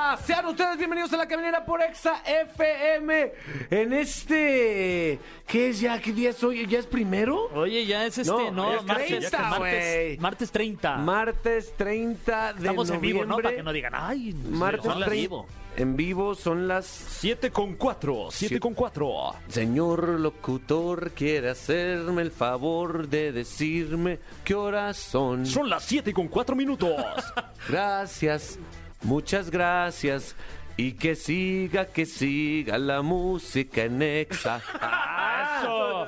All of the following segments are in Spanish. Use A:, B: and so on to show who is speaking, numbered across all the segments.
A: Ah, Sean ustedes bienvenidos a la caminera por Exa FM. En este. ¿Qué es ya? ¿Qué día es hoy? ¿Ya es primero?
B: Oye, ya es este,
A: No,
B: no,
A: es
B: martes,
A: 30, güey.
B: martes, martes 30.
A: Martes 30 de
B: Estamos en
A: noviembre.
B: vivo, ¿no? Para que no digan, ay, no sé,
A: Martes
B: son las
A: 30.
B: vivo.
A: En vivo son las.
C: 7 con 4, 7 con 4.
A: Señor locutor, quiere hacerme el favor de decirme qué horas son.
C: Son las 7 con 4 minutos.
A: Gracias, muchas gracias. Y que siga, que siga la música en Exa.
C: Eso.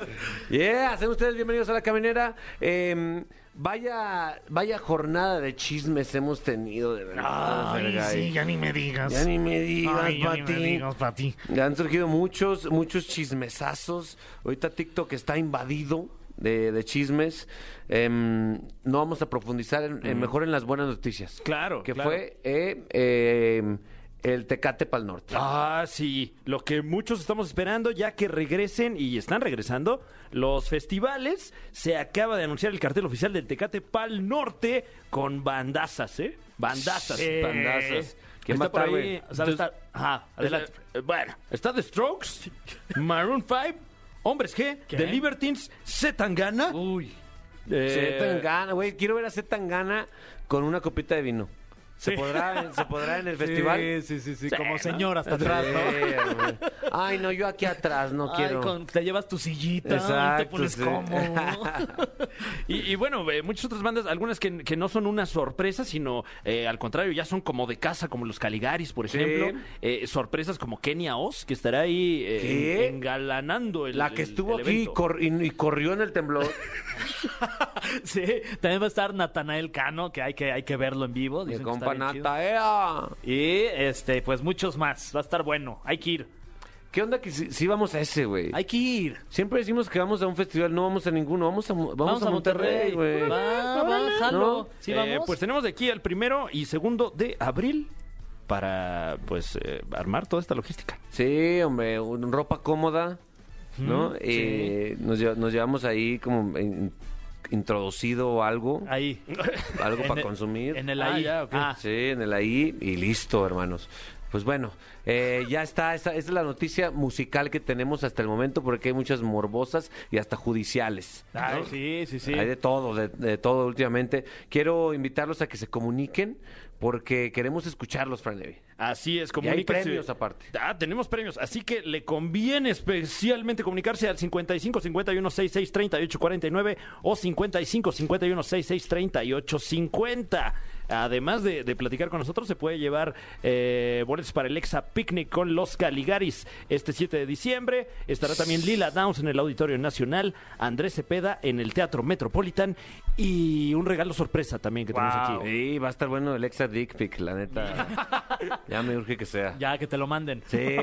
A: Yeah, sean ustedes bienvenidos a la caminera. Eh, vaya, vaya jornada de chismes hemos tenido de verdad.
D: Ay,
A: Fergay.
D: sí, ya ni me digas.
A: eh. Ya ni me digas,
D: Ay, ya ni me
A: Pati.
D: digas, Pati.
A: Han surgido muchos, muchos chismesazos. Ahorita TikTok está invadido de, de chismes. Em, no vamos a profundizar en- en- mejor en las buenas noticias.
C: Claro,
A: Que
C: claro.
A: fue eh, em, el Tecate Pal Norte.
C: Ah, sí, lo que muchos estamos esperando ya que regresen y están regresando los festivales. Se acaba de anunciar el cartel oficial del Tecate Pal Norte con bandazas, ¿eh? Bandazas.
D: Sí. Eh,
A: Bandazas. ¿Quién va a
C: está por
A: estar, güey?
C: ahí? o sea, está- ajá, adelante. Eh, bueno, está The Strokes, Maroon 5, Hombres G, The Libertines, Z Tangana.
B: Uy,
A: Z
C: eh,
A: Tangana, güey. Quiero ver a Z Tangana con una copita de vino. ¿Se, podrá, ¿Se podrá en el festival?
D: Sí, sí, sí,
C: como señor
D: hasta
A: Sí, güey. Ay, no, yo aquí atrás no
B: ay,
A: quiero.
B: con- te llevas tu sillita,
A: Exacto,
B: te pones
A: sí.
B: cómodo.
C: Y, y bueno, eh, muchas otras bandas, algunas que, que no son una sorpresa, sino eh, al contrario, ya son como de casa, como los Caligaris, por ejemplo. Eh, sorpresas como Kenia Oz, que estará ahí eh,
A: ¿Qué?
C: engalanando el.
A: La que
C: el-
A: estuvo
C: el
A: aquí y,
C: evento.
A: cor- y- y corrió en el temblor.
B: Pues sí, también va a estar Natanael Cano, que hay que, hay que verlo en vivo.
A: Mi
B: dicen que
A: compa
B: está bien
A: Nata, ¡ea!
B: chido. Y este, pues muchos más. Va a estar bueno. Hay que ir.
A: ¿Qué onda que si, si vamos a ese, güey?
B: Hay que ir.
A: Siempre decimos que vamos a un festival, no vamos a ninguno, vamos a, Mo- vamos a Monterrey, güey.
B: Va, va, jalo.
A: ¿No?
B: Sí,
C: Eh,
B: vamos.
C: pues tenemos de aquí el primero y segundo de abril para, pues, eh, armar toda esta logística.
A: Sí, hombre, un- ropa cómoda, ¿no? Eh, nos, lle- nos llevamos ahí como in- introducido o algo,
B: Ahí.
A: algo
B: En
A: para
B: el-
A: consumir.
B: En el
C: Ah,
B: ahí.
C: ya, ok.
B: Ah,
A: Sí, en el ahí y listo, hermanos. Pues bueno, eh, ya está, esa, esa es la noticia musical que tenemos hasta el momento porque hay muchas morbosas y hasta judiciales.
B: Ay, sí, sí, sí.
A: Hay de todo, de, de todo últimamente. Quiero invitarlos a que se comuniquen porque queremos escucharlos, Fran Levy.
C: Así
A: Y
C: es,
A: hay
C: comuníquense.
A: premios aparte.
C: Ah, tenemos premios, así que le conviene especialmente comunicarse al 55 51 66 38 49 o 55 51 66 38 50. Además de, de platicar con nosotros, se puede llevar eh, boletos para el Exa Picnic con los Caligaris este 7 de diciembre. Estará también Lila Downs en el Auditorio Nacional, Andrés Cepeda en el Teatro Metropolitan y un regalo sorpresa también que tenemos aquí. Eh,
A: Sí, va a estar bueno el extra dick pic, la neta. ya me urge que sea.
B: Ya que te lo manden.
A: Sí.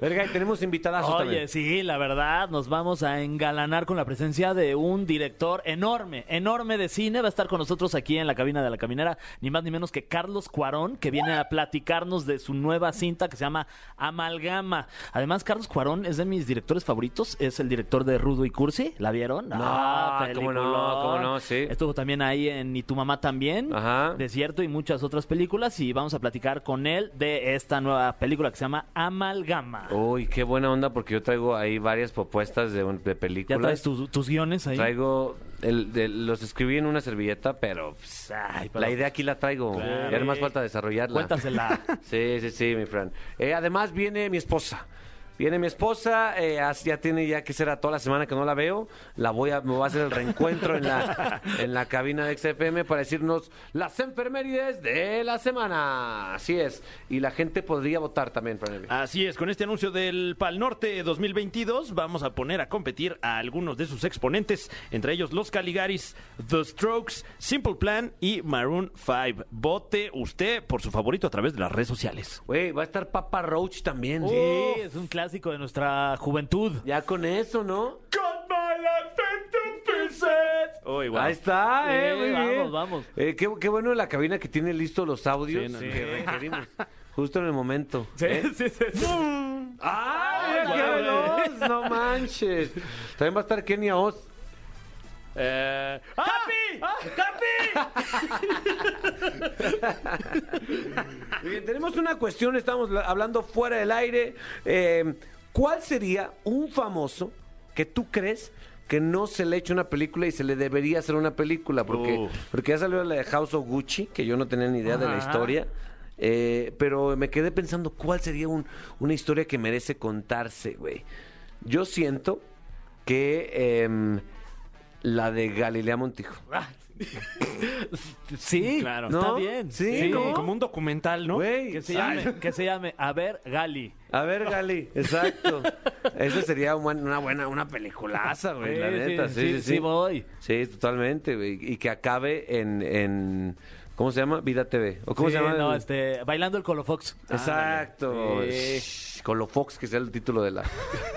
A: Verga, y tenemos invitadazos
B: Oye,
A: también.
B: sí, la verdad, nos vamos a engalanar con la presencia de un director enorme, enorme de cine. Va a estar con nosotros aquí en la cabina de la caminera, ni más ni menos que Carlos Cuarón, que viene a platicarnos de su nueva cinta que se llama Amalgama. Además, Carlos Cuarón es de mis directores favoritos, es el director de Rudo y Cursi, ¿la vieron? Ah,
A: No, cómo no, cómo no, sí.
B: Estuvo también ahí en Y tu mamá también,
A: Ajá.
B: Desierto y muchas otras películas y vamos a platicar con él de esta nueva película que se llama Amalgama.
A: Uy, qué buena onda porque yo traigo ahí varias propuestas de, de
B: ¿Ya
A: películas.
B: traes tus, tus guiones ahí?
A: Traigo, el- de- los escribí en una servilleta, pero pues,
B: Ay, pero-
A: la idea aquí la traigo.
B: Claro.
A: Ya no más falta desarrollarla.
B: Cuéntasela.
A: Sí, sí, sí, mi Fran. Eh, además viene mi esposa. Viene mi esposa, eh, as- ya tiene ya que será toda la semana que no la veo. La voy a, me voy a hacer el reencuentro en la, en la cabina de XFM para decirnos las enfermerides de la semana. Así es. Y la gente podría votar también, Fran. Evia.
C: Así es, con este anuncio del Pal Norte 2022 vamos a poner a competir a algunos de sus exponentes, entre ellos los Caligaris, The Strokes, Simple Plan y Maroon 5. Vote usted por su favorito a través de las redes sociales.
A: Güey, va a estar Papa Roach también.
B: Sí, es un clásico de nunuestra juventud.
A: Ya con eso, ¿no?
C: Got my life into pieces. Uy, Oh, guau.
A: Ahí está, eh,
B: Sí,
A: muy
B: vamos,
A: bien.
B: vamos.
A: Eh, qué, qué bueno la cabina que tiene listos los audios
C: Sí, no,
A: que requerimos. Justo en el momento. Eh,
B: Sí, sí, sí, sí.
A: ¡Ah, mira qué
C: guau,
A: veloz! ¡No manches! También va a estar Kenia Oz.
C: Eh, ¡ah!
A: Bien, tenemos una cuestión, estamos la- hablando fuera del aire. Eh, ¿Cuál sería un famoso que tú crees que no se le ha hecho una película y se le debería hacer una película? Porque,
C: Uf.
A: porque ya salió la de House of Gucci, que yo no tenía ni idea de la
C: Ajá.
A: historia. eh, pero me quedé pensando cuál sería un- una historia que merece contarse, güey. Yo siento que em, la de Galilea Montijo.
B: Sí,
C: Claro.
B: está
A: ¿No?
B: bien.
A: Sí,
C: Sí, como,
A: ¿no?
C: como un documental, ¿no?
A: Güey,
B: Que se llame, que se llame, a ver, Gali.
A: A ver, Gali, exacto. Eso sería un buen- una buena, una peliculaza, güey, la
B: Sí,
A: neta. Sí, sí, sí. Sí,
B: voy.
A: totalmente, güey. Y que acabe en, en- ¿cómo se llama? Vida TV. ¿O cómo
B: Sí,
A: se llama?
B: No, este, bailando el Colofox.
A: Exacto.
B: Ándale. Sí.
A: Shh, Con lo Fox, que sea el título de la,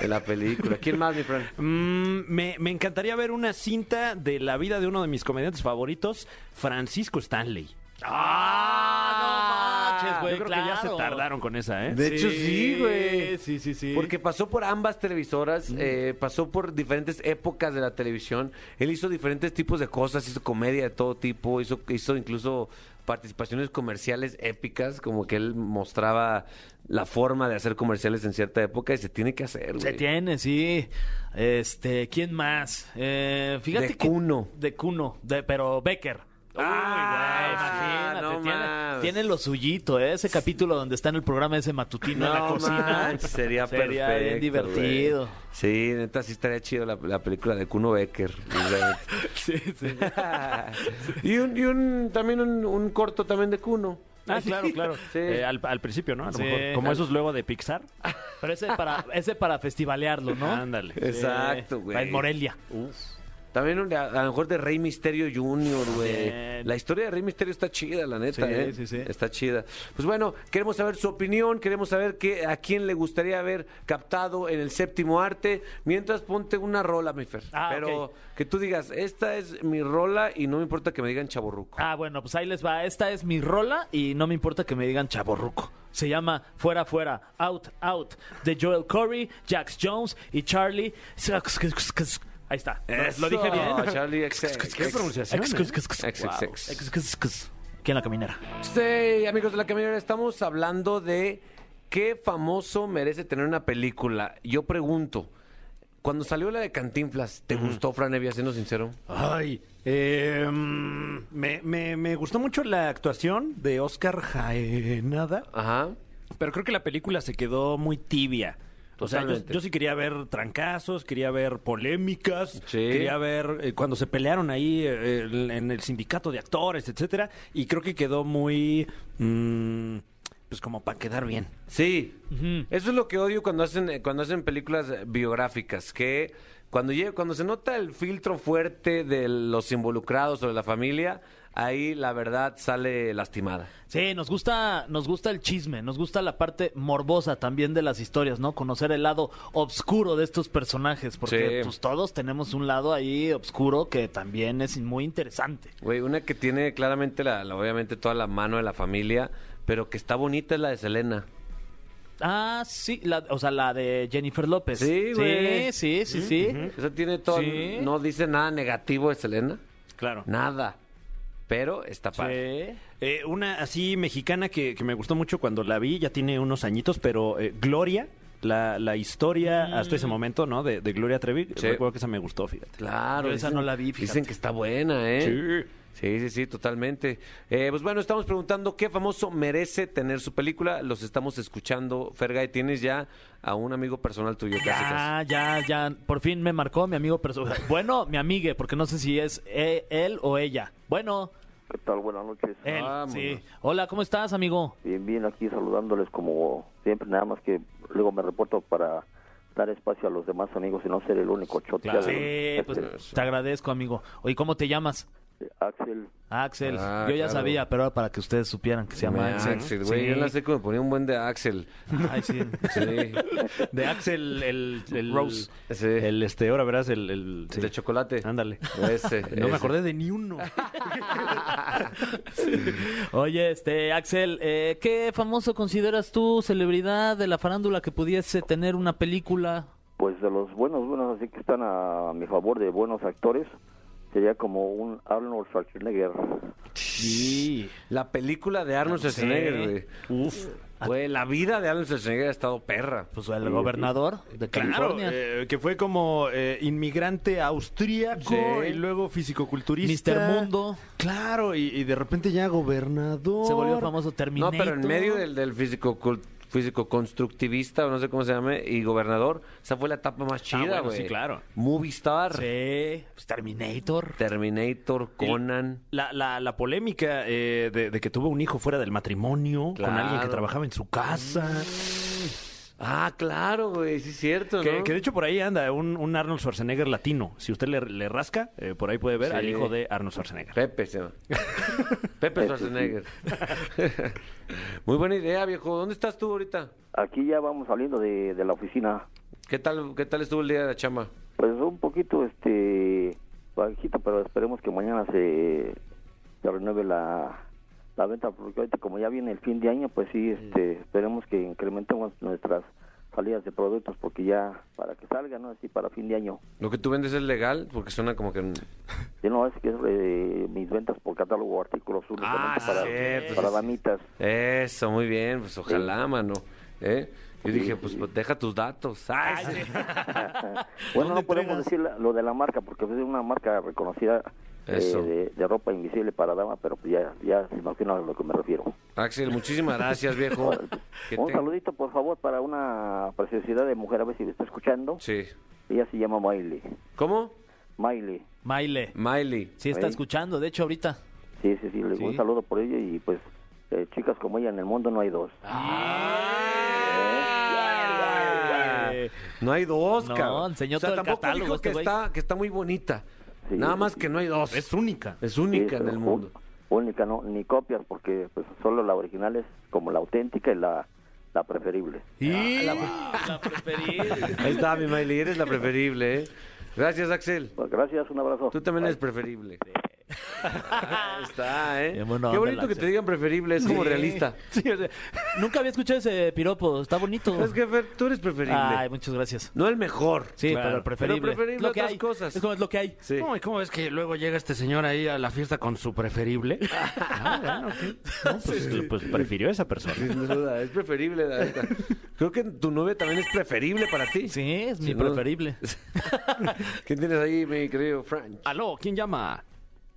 A: de la película. ¿Quién más, mi friend?
C: Mm, me, me encantaría ver una cinta de la vida de uno de mis comediantes favoritos, Francisco Stanley.
B: Ah, no manches, güey,
C: Yo creo que ya se
B: claro.
C: tardaron con esa, ¿eh?
A: De hecho, sí, güey.
B: Sí, sí, sí.
A: Porque pasó por ambas televisoras, eh, pasó por diferentes épocas de la televisión. Él hizo diferentes tipos de cosas, hizo comedia de todo tipo, hizo, hizo incluso participaciones comerciales épicas, como que él mostraba la forma de hacer comerciales en cierta época y se tiene que hacer.
B: Se
A: güey.
B: tiene, sí. Este, ¿quién más? Eh, fíjate
A: De
B: que-
A: Cuno.
B: De Cuno, de, pero Becker.
A: Ah,
B: Uy,
A: no
B: tiene-
A: mames.
B: tiene, lo suyito, ¿eh? ese capítulo donde está en el programa ese matutino en la
A: No,
B: cocina.
A: manches, sería,
B: Sería
A: perfecto.
B: bien divertido.
A: güey. Sí, neta, sí estaría chido la, la película de Kuno Becker.
B: Sí, sí.
A: y un, y un, también un, un corto también de Kuno.
C: Ah, claro, claro.
A: Sí.
C: Eh, al, al principio, ¿no? A lo
B: Sí.
C: mejor. Como esos luego de Pixar.
B: Pero ese para, ese para festivalearlo, ¿no?
C: Ándale.
A: Exacto,
B: Sí,
A: güey.
B: En Morelia.
A: También un- a, a lo mejor de Rey Misterio Jr., güey.
B: Bien.
A: La historia de Rey Misterio está chida, la neta,
B: Sí,
A: ¿eh?
B: sí, sí.
A: Está chida. Pues bueno, queremos saber su opinión, queremos saber qué, a quién le gustaría haber captado en el séptimo arte. Mientras ponte una rola, mi Fer.
B: Ah,
A: Pero
B: ok.
A: que tú digas, esta es mi rola y no me importa que me digan chaborruco.
B: Ah, bueno, pues ahí les va. Esta es mi rola y no me importa que me digan chaborruco. Se llama Fuera, Fuera, Out, Out, de Joel Corey, Jax Jones y Charlie. Ahí está.
A: Eso,
B: Lo dije bien.
A: Charlie XX.
C: ¿Qué pronunciación? eh?
A: XXX.
B: Aquí en la caminera.
A: Sí, amigos de la caminera, estamos hablando de qué famoso merece tener una película. Yo pregunto, cuando salió la de Cantinflas, ¿te gustó, Fran Evia, siendo sincero?
C: Ay, eh, mm, me, me- me gustó mucho la actuación de Oscar Jaenada,
A: Ajá.
C: pero creo que la película se quedó muy tibia. O sea, yo,
A: Totalmente.
C: yo sí quería ver trancazos, quería ver polémicas,
A: Sí.
C: quería ver eh, cuando se pelearon ahí eh, el- en el sindicato de actores, etcétera, y creo que quedó muy, mm, pues como para quedar bien.
A: Sí. Eso es lo que odio cuando hacen, eh, cuando hacen películas eh, biográficas, que cuando, llega, cuando se nota el filtro fuerte de los involucrados o de la familia, ahí la verdad sale lastimada.
B: Sí, nos gusta, nos gusta el chisme, nos gusta la parte morbosa también de las historias, ¿no? Conocer el lado oscuro de estos personajes, porque
A: Sí.
B: pues, todos tenemos un lado ahí oscuro que también es muy interesante.
A: Güey, una que tiene claramente, la, la- obviamente, toda la mano de la familia, pero que está bonita es la de Selena.
B: Ah, sí, la- o sea, la de Jennifer López.
A: Sí, güey.
B: Sí, sí, sí, sí.
A: Esa tiene todo.
B: Sí.
A: No dice nada negativo de Selena.
C: Claro.
A: Nada. Pero está padre.
B: Sí.
C: Eh, una así mexicana que, que me gustó mucho cuando la vi, ya tiene unos añitos, pero eh, Gloria, la, la historia hasta ese momento, ¿no? De, de Gloria Trevi,
A: Sí.
C: recuerdo que esa me gustó, fíjate.
A: Claro.
B: Yo esa no la vi, fíjate.
A: Dicen que está buena, ¿eh? Sí. Sí, sí, sí, totalmente. Eh, pues bueno, estamos preguntando qué famoso merece tener su película. Los estamos escuchando, Fergay. Tienes ya a un amigo personal tuyo, casi, casi.
B: Ya, ya, ya. Por fin me marcó mi amigo personal. Bueno, mi amigue, porque no sé si es eh, él o ella. Bueno,
D: ¿Qué tal? Buenas noches.
B: él.
A: Vámonos.
B: Sí. Hola, ¿cómo estás, amigo?
D: Bien, bien, aquí saludándoles como siempre, nada más que luego me reporto para dar espacio a los demás amigos y no ser el único chotea.
C: Claro.
D: de-
B: pues, Sí, pues te agradezco, amigo. Oye, ¿cómo te llamas?
D: eh, Axel.
B: Axel.
A: Ah,
B: Yo ya
A: claro.
B: sabía, pero ahora para que ustedes supieran que se llama
A: Me-
B: Axel.
A: Axel, güey.
B: Sí.
A: Yo en la secu me ponía un buen de Axel.
B: Ay, sí.
A: Sí.
C: De Axel, el. el-
B: Rose.
A: Sí.
C: El este, ahora verás, el. el sí.
A: De chocolate.
C: Ándale.
A: Ese,
C: No me
A: ese.
C: acordé de ni uno.
B: Oye, este, Axel, eh, ¿qué famoso consideras tú celebridad de la farándula que pudiese tener una película?
D: Pues de los buenos, buenos, así que están a mi favor de buenos actores, sería como un Arnold Schwarzenegger.
C: Sí.
A: La película de Arnold Schwarzenegger, güey.
C: Uf.
A: Ah. Güey, la vida de Arnold Schwarzenegger ha estado perra.
B: Pues el gobernador de
C: Claro,
B: California.
C: eh, que fue como eh, inmigrante austríaco
A: Sí.
C: y luego fisicoculturista.
B: Mister Mundo.
C: Claro, y, y de repente ya gobernador.
B: Se volvió famoso
A: No,
B: Terminator.
A: pero en medio del, del físico constructivista, o no sé cómo se llame, y gobernador, esa fue la etapa más chida, güey.
C: Ah, bueno, sí, claro.
A: Movie Star,
B: Sí, pues Terminator.
A: Terminator, Conan.
C: La, la, la polémica eh, de, de que tuvo un hijo fuera del matrimonio con
A: Claro.
C: alguien que trabajaba en su casa.
A: Ah, claro, güey, sí es cierto,
C: Que,
A: ¿no?
C: que de hecho por ahí anda un, un Arnold Schwarzenegger latino. Si usted le, le rasca, eh, por ahí puede ver
A: Sí.
C: al hijo de Arnold Schwarzenegger.
A: Pepe se llama. Pepe Schwarzenegger. Muy buena idea, viejo. ¿Dónde estás tú ahorita?
D: Aquí ya vamos saliendo de, de la oficina,
A: ¿Qué tal, ¿Qué tal estuvo el día de la chamba?
D: pues un poquito este bajito, pero esperemos que mañana se, se renueve la, la venta, porque ahorita como ya viene el fin de año, pues sí, este, esperemos que incrementemos nuestras salidas de productos, porque ya para que salgan, ¿no? Así para fin de año.
A: Lo que tú vendes es legal, porque suena como que...
D: Yo no es que es eh, mis ventas por catálogo artículos únicamente
A: Ah,
D: para,
A: cierto,
D: para
A: sí, sí.
D: damitas.
A: Eso, muy bien. Pues ojalá, mano. ¿Eh? Yo dije, pues, pues, deja tus datos. Ay, sí.
D: bueno, no podemos decir la- lo de la marca porque es una marca reconocida eh,
A: Eso.
D: de, de ropa invisible para dama, pero pues ya, ya se imagina a lo que me refiero.
A: Axel, muchísimas gracias, viejo. Que
D: Un
A: te-
D: saludito, por favor, para una preciosidad de mujer, a ver si me está escuchando.
A: Sí.
D: Ella se llama Miley.
A: ¿Cómo?
D: Miley.
B: Maile.
A: Miley.
B: Sí, está
D: Ahí.
B: escuchando, de hecho, ahorita.
D: Sí, sí, sí, le-
B: Sí.
D: Un saludo por ella y pues eh, chicas como ella en el mundo no hay dos.
A: Ah. Ay. Ah, No hay dos,
B: No,
A: cabrón.
B: enseñó
A: o sea,
B: todo el
A: tampoco
B: catálogo
A: dijo
B: este
A: que
B: güey.
A: está, que está muy bonita.
D: Sí,
A: Nada
D: sí,
A: más
D: sí.
A: que no hay dos.
C: Es única.
A: Es única
D: Sí,
A: en el
D: un-
A: mundo.
D: Única, no, ni copias, porque pues, solo la original es como la auténtica y la, la preferible.
B: La preferí.
A: Ahí está, mi Miley. Eres la preferible, ¿eh? Gracias, Axel.
D: Pues, gracias, un abrazo.
A: Tú también eres preferible. Ahí está, ¿eh?
B: Bien buena
A: Qué
B: onda,
A: bonito que
B: Axel.
A: te digan preferible, es como realista.
B: Sí, o sea, nunca había escuchado ese piropo, está bonito.
A: Es que, Fer, tú eres preferible.
B: Ay, muchas gracias.
A: No el mejor.
B: Sí,
C: Claro.
B: pero el preferible.
A: Pero preferible
B: Es lo que
A: otras
B: hay.
A: cosas.
B: Es como es lo que hay.
A: Sí.
C: No, ¿y cómo ves que luego llega este señor ahí a la fiesta con su preferible? Ah, bueno, ¿qué? No, pues, pues prefirió a esa persona.
A: Sin duda, es preferible. la neta. Creo que tu novia también es preferible para ti.
B: Sí, es mi
A: Sin duda.
B: preferible.
A: ¿Quién tienes ahí, mi querido Frank?
C: Aló, ¿quién llama?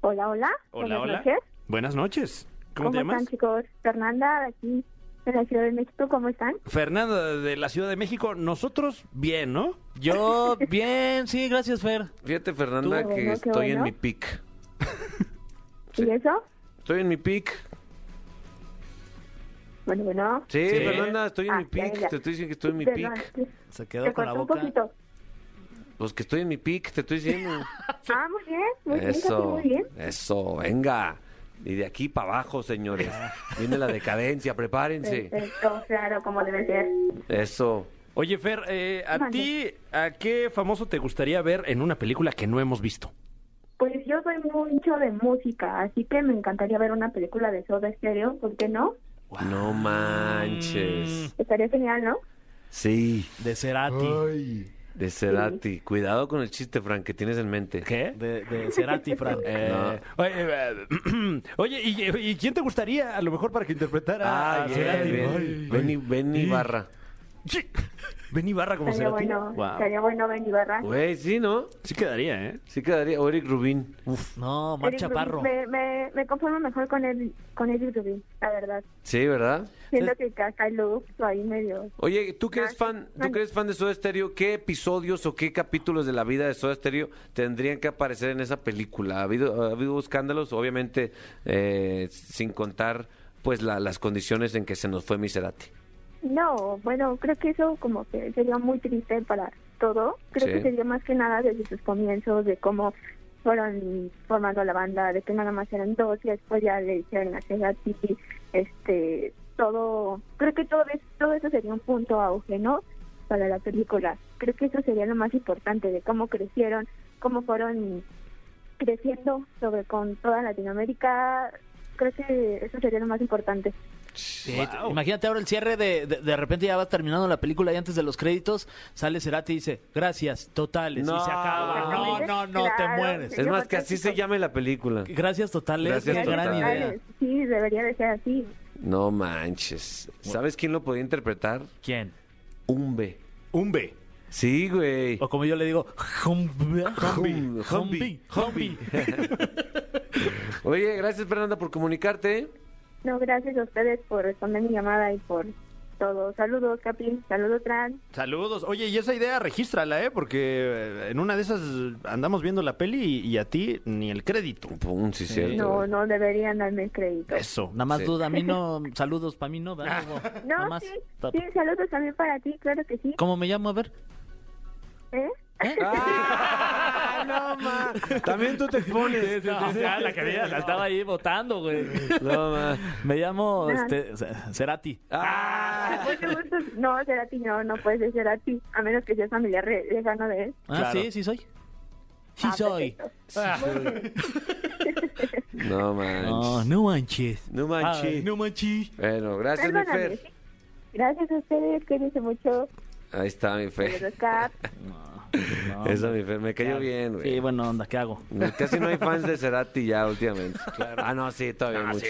E: Hola, hola.
C: Hola,
E: Buenas
C: hola.
E: noches.
C: Buenas noches. ¿Cómo,
E: ¿Cómo,
C: te llamas?
E: están, chicos? Fernanda, de aquí, de la Ciudad de México, ¿cómo están?
C: Fernanda de la Ciudad de México. Nosotros bien, ¿no?
B: Yo, bien, sí, gracias, Fer.
A: Fíjate, Fernanda,
E: Tú,
A: que
E: bueno, qué
A: estoy en
E: bueno.
A: mi pick.
E: ¿Y eso?
A: Estoy en mi pick.
E: Bueno, bueno.
A: Sí,
B: Sí.
A: Fernanda, estoy en
E: Ah,
A: mi
E: ya,
A: pick.
E: ya.
A: Te estoy diciendo que estoy en mi
E: Perdón,
A: pick.
E: te-
B: Se
E: te
B: quedó con la
E: cortó un
B: boca.
E: poquito.
A: Pues que estoy en mi pick, te estoy diciendo.
E: Ah, muy bien, muy bien, Katy,
A: Eso,
E: muy bien.
A: eso, venga. Y de aquí para abajo, señores. Viene la decadencia, prepárense.
E: Perfecto, claro, como debe ser.
A: Eso.
C: Oye, Fer, eh, ¿a
E: Mande.
C: ti a qué famoso te gustaría ver en una película que no hemos visto?
E: Pues yo soy mucho de música, así que me encantaría ver una película de Soda Stereo, ¿por qué no?
A: No manches.
E: Estaría genial, ¿no?
A: Sí,
B: De Cerati.
A: de Cerati. Cuidado con el chiste, Frank, que tienes en mente.
C: ¿Qué?
B: De, de Cerati, Fran.
C: Eh, Oye, eh, oye, ¿y, y quién te gustaría a lo mejor para que interpretara
A: Ah,
C: a
A: bien,
C: Cerati?
A: bien. Ven y, ven y barra.
C: Sí. Benny Barra como
E: Estaría
C: Cerati.
E: bueno,
C: Wow.
E: estaría bueno Ben Ibarra.
A: Güey, sí, ¿no?
C: Sí quedaría, ¿eh?
A: Sí quedaría. O Eric Rubin.
B: Uf, no, Mar
E: Eric
B: Chaparro.
E: Rubin, Me, me, me conformo mejor con el con Eric Rubin, la verdad.
A: Sí, ¿verdad?
E: Siento que Casta Lux ahí medio
A: Oye, tú que eres
E: Ah,
A: fan, tú
E: mande.
A: que eres fan de Soda Stereo, ¿qué episodios o qué capítulos de la vida de Soda Stereo tendrían que aparecer en esa película? Ha habido, ha habido escándalos, obviamente, eh, sin contar pues la- las condiciones en que se nos fue Miserati.
E: No, bueno, creo que eso como que sería muy triste para todo. Creo
A: Sí.
E: que sería más que nada desde sus comienzos, de cómo fueron formando la banda, de que nada más eran dos y después ya le hicieron a Sega City, este, todo, creo que todo, es- todo eso sería un punto auge, ¿no? Para la película. Creo que eso sería lo más importante, de cómo crecieron, cómo fueron creciendo sobre con toda Latinoamérica. Creo que eso sería lo más importante.
B: Sí, te- Imagínate ahora el cierre de, de de repente ya va terminando la película y antes de los créditos sale Cerati y dice, gracias, totales,
A: No.
B: y se acaba. No, no, no, te
E: Claro.
B: mueres.
A: Es más, que así se llame la película.
B: Gracias, totales,
A: Gracias,
B: qué gran
A: totales.
B: idea.
E: Sí, debería de ser así.
A: No manches. ¿Sabes quién lo podía interpretar?
B: ¿Quién?
A: Umbe.
C: Un B.
A: Sí, güey.
B: O como yo le digo, Humbi.
A: Humbi.
B: Humbi. Humbi.
A: Oye, gracias Fernanda por comunicarte.
E: No, gracias a ustedes por responder mi llamada y por todo. Saludos, Capi. Saludos, Tran.
C: Saludos. Oye, y esa idea regístrala, ¿eh? Porque eh, en una de esas andamos viendo la peli y, y a ti ni el crédito.
A: Pum, sí, cierto.
E: No,
A: güey.
E: no deberían darme el crédito.
C: Eso.
B: Nada más
A: Sí.
B: duda, a mí no, saludos para mí no, ¿verdad? Nada
E: No,
B: más.
E: sí, sí, saludos también para ti, claro que sí.
B: ¿Cómo me llamo? A ver.
E: ¿Eh?
A: ¡Ah! No, ma. También tú te expones.
B: Ah, Ya la quería, la estaba ahí votando, güey.
A: No, ma.
B: Me llamo
E: Ajá.
B: este, C- Cerati.
A: Ah.
E: Mucho gusto. No, será ti, no, no puede ser a ti, a menos que seas familiar re- lejano de él.
B: Ah, sí, sí soy. Sí
E: Ah,
B: soy.
E: perfecto.
A: No manches.
B: No, no manches.
A: No manches.
B: Ay, no manches.
A: Bueno, gracias, mi
E: Perdóname.
A: Fer.
E: sí. Gracias a ustedes, cuídense mucho.
A: Ahí está, mi Fer.
E: Saludos, Cap.
A: Eso, mi Fer. Me cayó bien, güey.
B: Sí, bueno, onda, ¿qué hago?
A: Casi no hay fans de Cerati ya últimamente. Ah, no, sí, todavía hay muchos.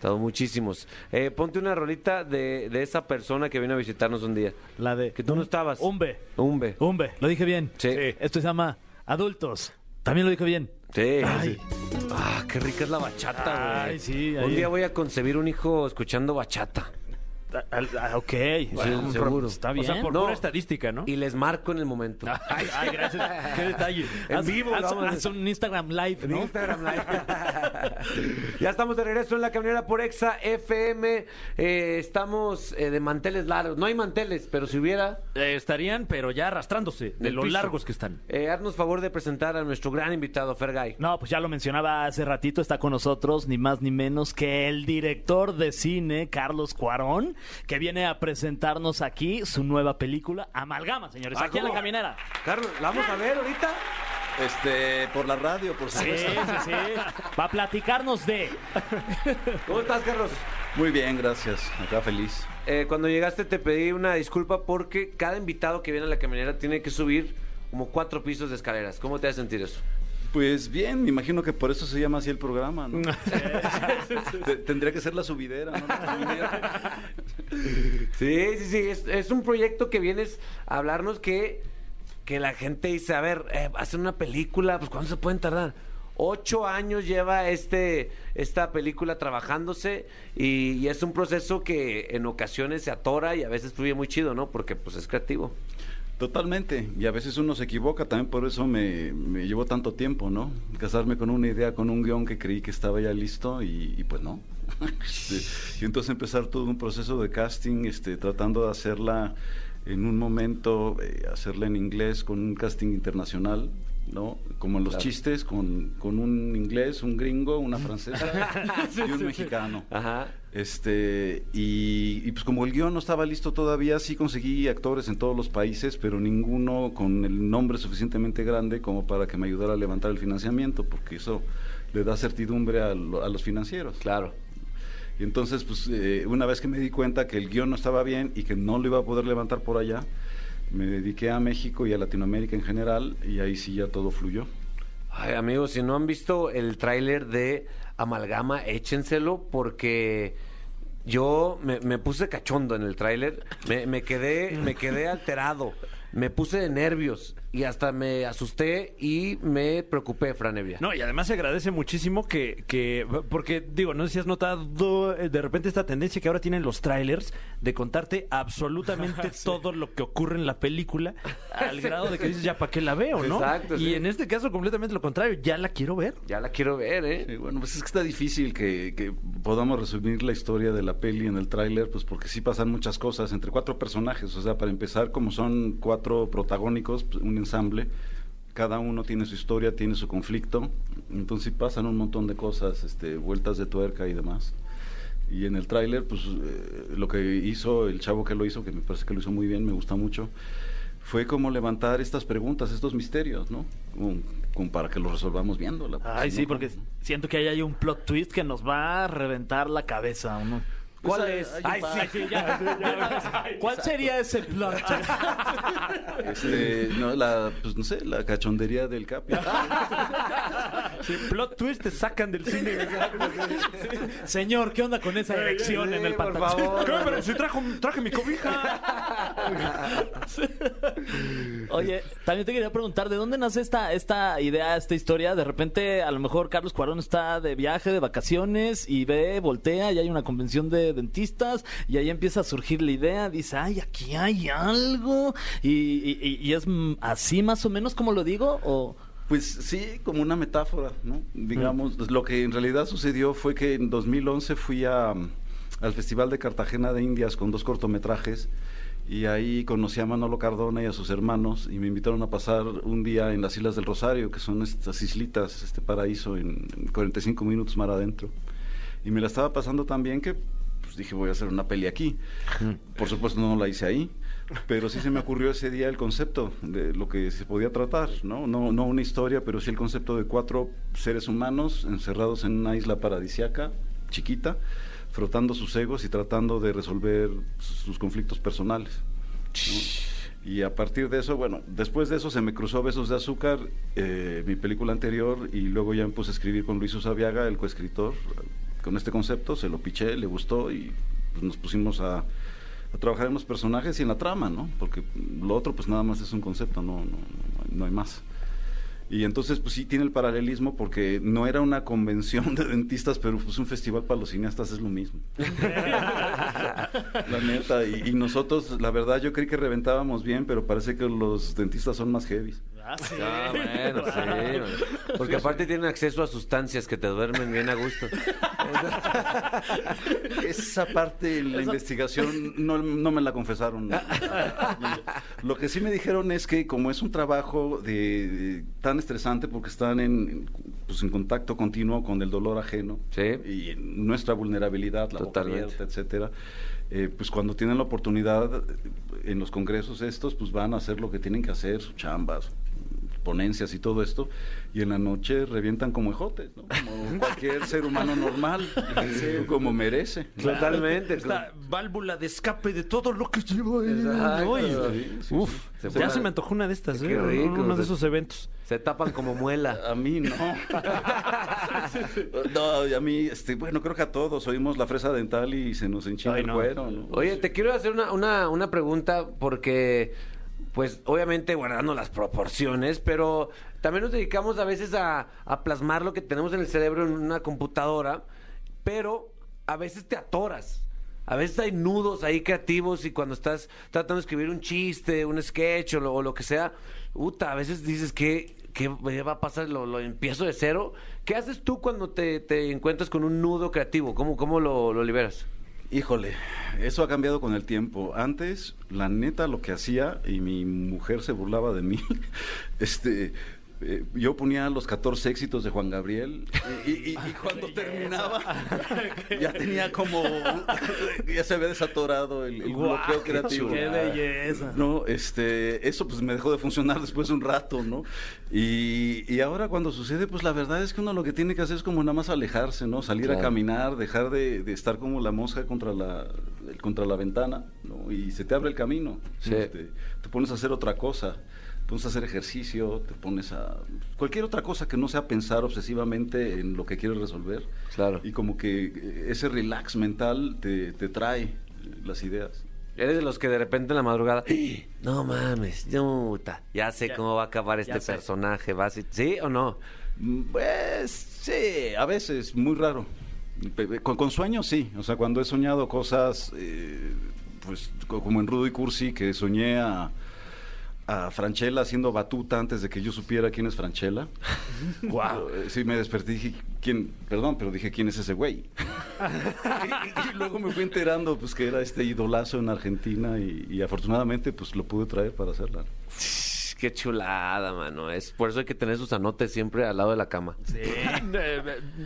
A: Todos muchísimos. Eh, ponte una rolita de, de esa persona que vino a visitarnos un día.
B: La de.
A: Que tú no estabas.
B: Umbe.
A: Umbe.
B: Umbe. Lo dije bien.
A: Sí.
B: Esto se llama Adultos. También lo dije bien.
A: Sí.
B: Ay.
A: Ah, qué rica es la bachata, güey.
B: Ay, sí,
A: Un
B: ahí.
A: día voy a concebir un hijo escuchando bachata.
B: ok.
A: Sí, seguro.
B: Está
C: O
B: bien.
C: sea, por
A: No.
C: pura estadística, ¿no?
A: Y les marco en el momento.
C: Ay, ay, gracias. Qué detalle.
A: En
B: Haz-
A: vivo,
B: haz-
A: lo vamos a
B: haz un Instagram live, ¿no?
A: Instagram Live. ya estamos de regreso en la caminera por Exa FM. Eh, estamos eh, de manteles largos. No hay manteles, pero si hubiera.
C: Eh, estarían, pero ya arrastrándose de
A: del
C: lo
A: piso.
C: largos que están.
A: Eh, haznos favor de presentar a nuestro gran invitado, Fergay.
B: No, pues ya lo mencionaba hace ratito, está con nosotros ni más ni menos que el
A: Ah,
B: director de cine, Carlos Cuarón, que viene a presentarnos aquí su nueva película, Amalgama, señores,
A: Ah,
B: aquí en la
A: ¿cómo?
B: caminera.
A: Carlos, ¿la vamos a ver ahorita?
F: Este, por la radio, por
B: Sí,
F: supuesto.
B: sí, sí. Va a platicarnos de...
A: ¿Cómo estás, Carlos?
F: Muy bien, gracias. Acá feliz.
A: Eh, cuando llegaste te pedí una disculpa porque cada invitado que viene a la caminera tiene que subir como cuatro pisos de escaleras. ¿Cómo te hace sentir eso?
F: Pues bien, me imagino que por eso se llama así el programa, ¿no? Te- Tendría que ser la subidera, ¿no? La caminera.
A: Sí, sí, sí. Es, es un proyecto que vienes a hablarnos que, que la gente dice, a ver, eh, hacen una película, pues ¿cuánto se pueden tardar? Ocho años lleva este, esta película trabajándose y, y es un proceso que en ocasiones se atora y a veces fluye muy chido, ¿no? Porque pues es creativo.
F: Totalmente. Y a veces uno se equivoca, también por eso me, me llevó tanto tiempo, ¿no? Casarme con una idea, con un guión que creí que estaba ya listo y, y pues no. Este, y entonces empezar todo un proceso de casting, este, tratando de hacerla en un momento, eh, hacerla en inglés con un casting internacional. ¿no? Como en los chistes, con, con un inglés, un gringo, una francesa y un mexicano.
A: Ajá.
F: Este, y, y, pues como el guión no estaba listo todavía, sí conseguí actores en todos los países, pero ninguno con el nombre suficientemente grande como para que me ayudara a levantar el financiamiento, porque eso le da certidumbre a, lo- a los financieros.
A: Claro.
F: Y entonces, pues eh, una vez que me di cuenta que el guión no estaba bien y que no lo iba a poder levantar por allá, me dediqué a México y a Latinoamérica en general, y ahí sí ya todo fluyó.
A: Ay, amigos, si no han visto el tráiler de Amalgama, échenselo porque yo me, me puse cachondo en el tráiler, me, me quedé, me quedé alterado, me puse de nervios y hasta me asusté y me preocupé, Franevia.
C: No, y además se agradece muchísimo que, que- porque digo, no sé si has notado eh, de repente esta tendencia que ahora tienen los trailers de contarte absolutamente todo lo que ocurre en la película al grado de que dices, ya para qué la veo, ¿no?
A: Exacto,
C: Y
A: sí.
C: en este caso completamente lo contrario, ya la quiero ver.
A: Ya la quiero ver, ¿eh?
F: Sí, bueno, pues es que está difícil que, que podamos resumir la historia de la peli en el tráiler, pues porque sí pasan muchas cosas entre cuatro personajes. O sea, para empezar, como son cuatro protagónicos, pues, un ensamble, cada uno tiene su historia, tiene su conflicto, entonces pasan un montón de cosas, este, vueltas de tuerca y demás. Y en el tráiler, pues eh, lo que hizo el chavo que lo hizo, que me parece que lo hizo muy bien, me gusta mucho, fue como levantar estas preguntas, estos misterios, ¿no? Como, como para que los resolvamos viéndola. pues,
B: Ay,
F: ¿no?
B: sí, porque siento que ahí hay un plot twist que nos va a reventar la cabeza, ¿o no?
A: ¿Cuál
F: Pues,
A: es?
F: hay- hay
A: Ay,
F: un
A: sí.
B: ¿Cuál sería ese plot twist?
F: Este, no, la, pues no sé, la cachondería del Capi.
C: Sí, plot twist te sacan del cine.
B: Señor, ¿qué onda con esa erección en el
A: por
B: pantalón?
A: favor.
C: ¿Qué? Pero si trajo, traje mi cobija.
B: Oye, también te quería preguntar, ¿de dónde nace esta, esta idea, esta historia? De repente, a lo mejor Carlos Cuarón está de viaje, de vacaciones, y ve, voltea, y hay una convención de dentistas, y ahí empieza a surgir la idea, dice, ay, aquí hay algo, y, y- y- y es mm, así más o menos como lo digo, o...
F: Pues sí, como una metáfora, ¿no? Digamos, pues, lo que en realidad sucedió fue que en 2011 fui a, mm, al Festival de Cartagena de Indias con dos cortometrajes y ahí conocí a Manolo Cardona y a sus hermanos y me invitaron a pasar un día en las Islas del Rosario, que son estas islitas, este paraíso en, en 45 minutos mar adentro. Y me la estaba pasando tan bien que pues, dije, voy a hacer una peli aquí. Por supuesto no la hice ahí, pero sí se me ocurrió ese día el concepto de lo que se podía tratar, ¿no? No, no una historia, pero sí el concepto de cuatro seres humanos encerrados en una isla paradisiaca, chiquita, frotando sus egos y tratando de resolver sus conflictos personales. ¿no? Y a partir de eso, bueno, después de eso se me cruzó Besos de Azúcar, eh, mi película anterior, y luego ya me puse a escribir con Luis Usabiaga, el coescritor, con este concepto, se lo piché, le gustó y pues, nos pusimos a, a trabajar en los personajes y en la trama, ¿no? Porque lo otro pues nada más es un concepto, no, no, no- no hay más. Y entonces pues sí tiene el paralelismo porque no era una convención de dentistas, pero pues un festival para los cineastas es lo mismo. La neta, y, y nosotros, la verdad, yo creí que reventábamos bien, pero parece que los dentistas son más heavy.
A: Ah, bueno, sí. bueno. Porque aparte tienen acceso a sustancias que te duermen bien a gusto.
F: Esa parte en la investigación no, no me la confesaron. Lo que sí me dijeron es que como es un trabajo de, de- tan estresante porque están en, pues, en contacto continuo con el dolor ajeno
A: Sí.
F: y en nuestra vulnerabilidad, la boca
A: Totalmente.
F: abierta, etcétera, eh, pues cuando tienen la oportunidad eh, en los congresos estos, pues van a hacer lo que tienen que hacer, chambas ponencias y todo esto, y en la noche revientan como ejotes, ¿no? Como cualquier ser humano normal, como merece.
A: Totalmente.
C: Esta válvula de escape de todo lo que llevo ahí.
A: Exacto.
C: Oye,
F: Sí, sí,
C: Uf,
A: sí.
C: ya se me antojó una de estas,
A: Qué
C: ¿eh?
A: rico.
C: Uno de esos eventos.
A: Se tapan como muela.
F: A mí no. no, y a mí, este, bueno, creo que a todos oímos la fresa dental y se nos hinchó
C: Ay,
F: el
C: no.
F: cuero, ¿no?
A: Oye, te quiero hacer una, una, una pregunta porque, pues, obviamente guardando las proporciones, pero también nos dedicamos a veces a, a plasmar lo que tenemos en el cerebro en una computadora, pero a veces te atoras. A veces hay nudos ahí creativos y cuando estás tratando de escribir un chiste, un sketch o lo, o lo que sea, puta, a veces dices que ¿Qué va a pasar? ¿Lo, lo empiezo de cero? ¿Qué haces tú cuando te, te encuentras con un nudo creativo? ¿Cómo, cómo lo- lo liberas?
F: Híjole, eso ha cambiado con el tiempo. Antes, la neta, lo que hacía, y mi mujer se burlaba de mí, este... eh, yo ponía los 14 éxitos de Juan Gabriel y, y- y- y cuando terminaba ya tenía como... ya se había desatorado el, el bloqueo creativo.
B: ¡Qué belleza!
F: No, este, eso pues me dejó de funcionar después de un rato, ¿no? Y, y ahora cuando sucede, pues la verdad es que uno lo que tiene que hacer es como nada más alejarse, ¿no? Salir a caminar, dejar de, de estar como la mosca contra la, el- contra la ventana, ¿no? Y se te abre el camino.
A: Sí.
F: Este, te pones a hacer otra cosa, te pones a hacer ejercicio, te pones a... Cualquier otra cosa que no sea pensar obsesivamente en lo que quieres resolver.
A: Claro.
F: Y como que eh, ese relax mental te, te trae eh, las ideas.
A: Eres de los que de repente en la madrugada, "¡Ah! no mames, puta, ya sé cómo va a acabar este
B: sé.
A: personaje, va a ser- ¿sí o no?
F: Mm, Pues sí, a veces, muy raro. Pe- pe- Con, con sueños sí, o sea, cuando he soñado cosas, eh, pues co- como en Rudo y Cursi, que soñé a, a Franchella haciendo batuta antes de que yo supiera quién es Franchella. wow. Sí, me desperté y dije, ¿quién? Perdón, pero dije, ¿quién es ese güey? y, y luego me fui enterando, pues que era este idolazo en Argentina y, y afortunadamente, pues lo pude traer para hacerla.
B: Qué
A: qué chulada, mano. Es, por eso hay que tener sus anotes siempre al lado de la cama.
C: Eh, eh,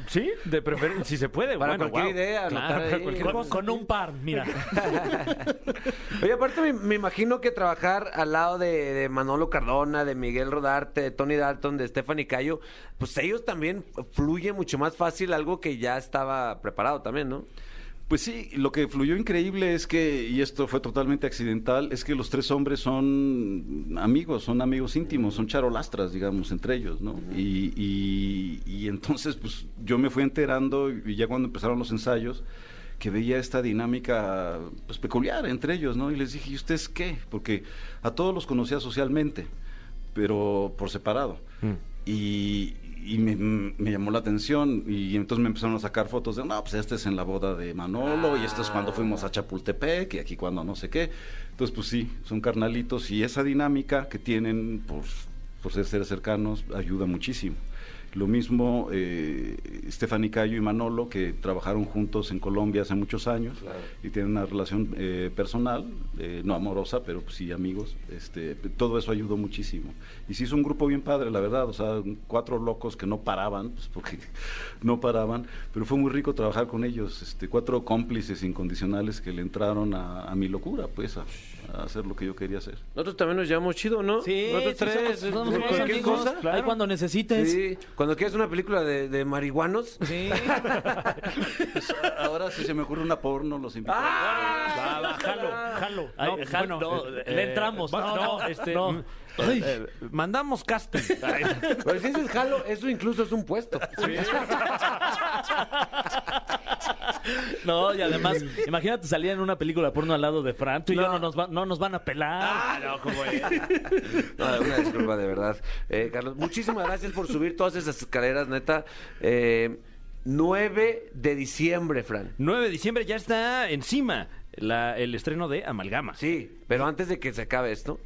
C: sí, de preferencia, si se puede.
A: Para
C: bueno,
A: cualquier
C: guau.
A: idea,
C: Claro,
A: anotar
C: para
A: ahí.
C: cualquier
B: Con, con un par, mira.
A: Oye, aparte me, me imagino que trabajar al lado de, de Manolo Cardona, de Miguel Rodarte, de Tony Dalton, de Stephanie Cayo, pues ellos también fluye mucho más fácil algo que ya estaba preparado también, ¿no?
F: Pues sí, lo que fluyó increíble es que, y esto fue totalmente accidental, es que los tres hombres son amigos, son amigos íntimos, son charolastras, digamos, entre ellos, ¿no? Y, y- y entonces, pues yo me fui enterando, y ya cuando empezaron los ensayos, que veía esta dinámica pues, peculiar entre ellos, ¿no? Y les dije, ¿y ustedes qué? Porque a todos los conocía socialmente, pero por separado y, y me, me llamó la atención y entonces me empezaron a sacar fotos de, no, pues este es en la boda de Manolo y esto es cuando fuimos a Chapultepec y aquí cuando no sé qué. Entonces, pues sí, son carnalitos y esa dinámica que tienen por, por ser seres cercanos ayuda muchísimo. Lo mismo eh, Stephanie Cayo y Manolo, que trabajaron juntos en Colombia hace muchos años y tienen una relación eh, personal, eh, no amorosa, pero pues, sí amigos. Este, p- todo eso ayudó muchísimo. Y se hizo un grupo bien padre, la verdad. O sea, un- cuatro locos que no paraban, pues, porque no paraban. Pero fue muy rico trabajar con ellos. Este, cuatro cómplices incondicionales que le entraron a, a mi locura, pues, a, a hacer lo que yo quería hacer.
A: Nosotros también nos llevamos chido, ¿no?
B: Sí,
A: nosotros
B: sí,
A: tres,
B: somos- somos
A: eh,
B: buenos
A: cualquier
B: amigos.
A: cosa.
B: Ahí cuando necesites.
A: Sí, cuando quieras una película de, de marihuanos.
B: Sí.
F: Pues, a- ahora, si se me ocurre una porno, los invito.
A: Ah,
C: Va, va, jalo, jalo.
B: Ay,
C: No,
B: jal- no, le entramos.
C: va-
B: No, eh, no,
C: este,
B: no.
C: mm, eh, mandamos casting. Ay,
A: Pero si dices jalo, eso incluso es un puesto.
B: No, y además, imagínate salir en una película porno al lado de Fran. Tú y yo no nos, va- no nos van a pelar.
C: Ah.
A: No, una disculpa, de verdad. Eh, Carlos, muchísimas gracias por subir todas esas escaleras, neta. Eh, 9 de diciembre, Fran.
C: 9 de diciembre ya está encima la- el estreno de Amalgama.
A: Sí, pero antes de que se acabe esto,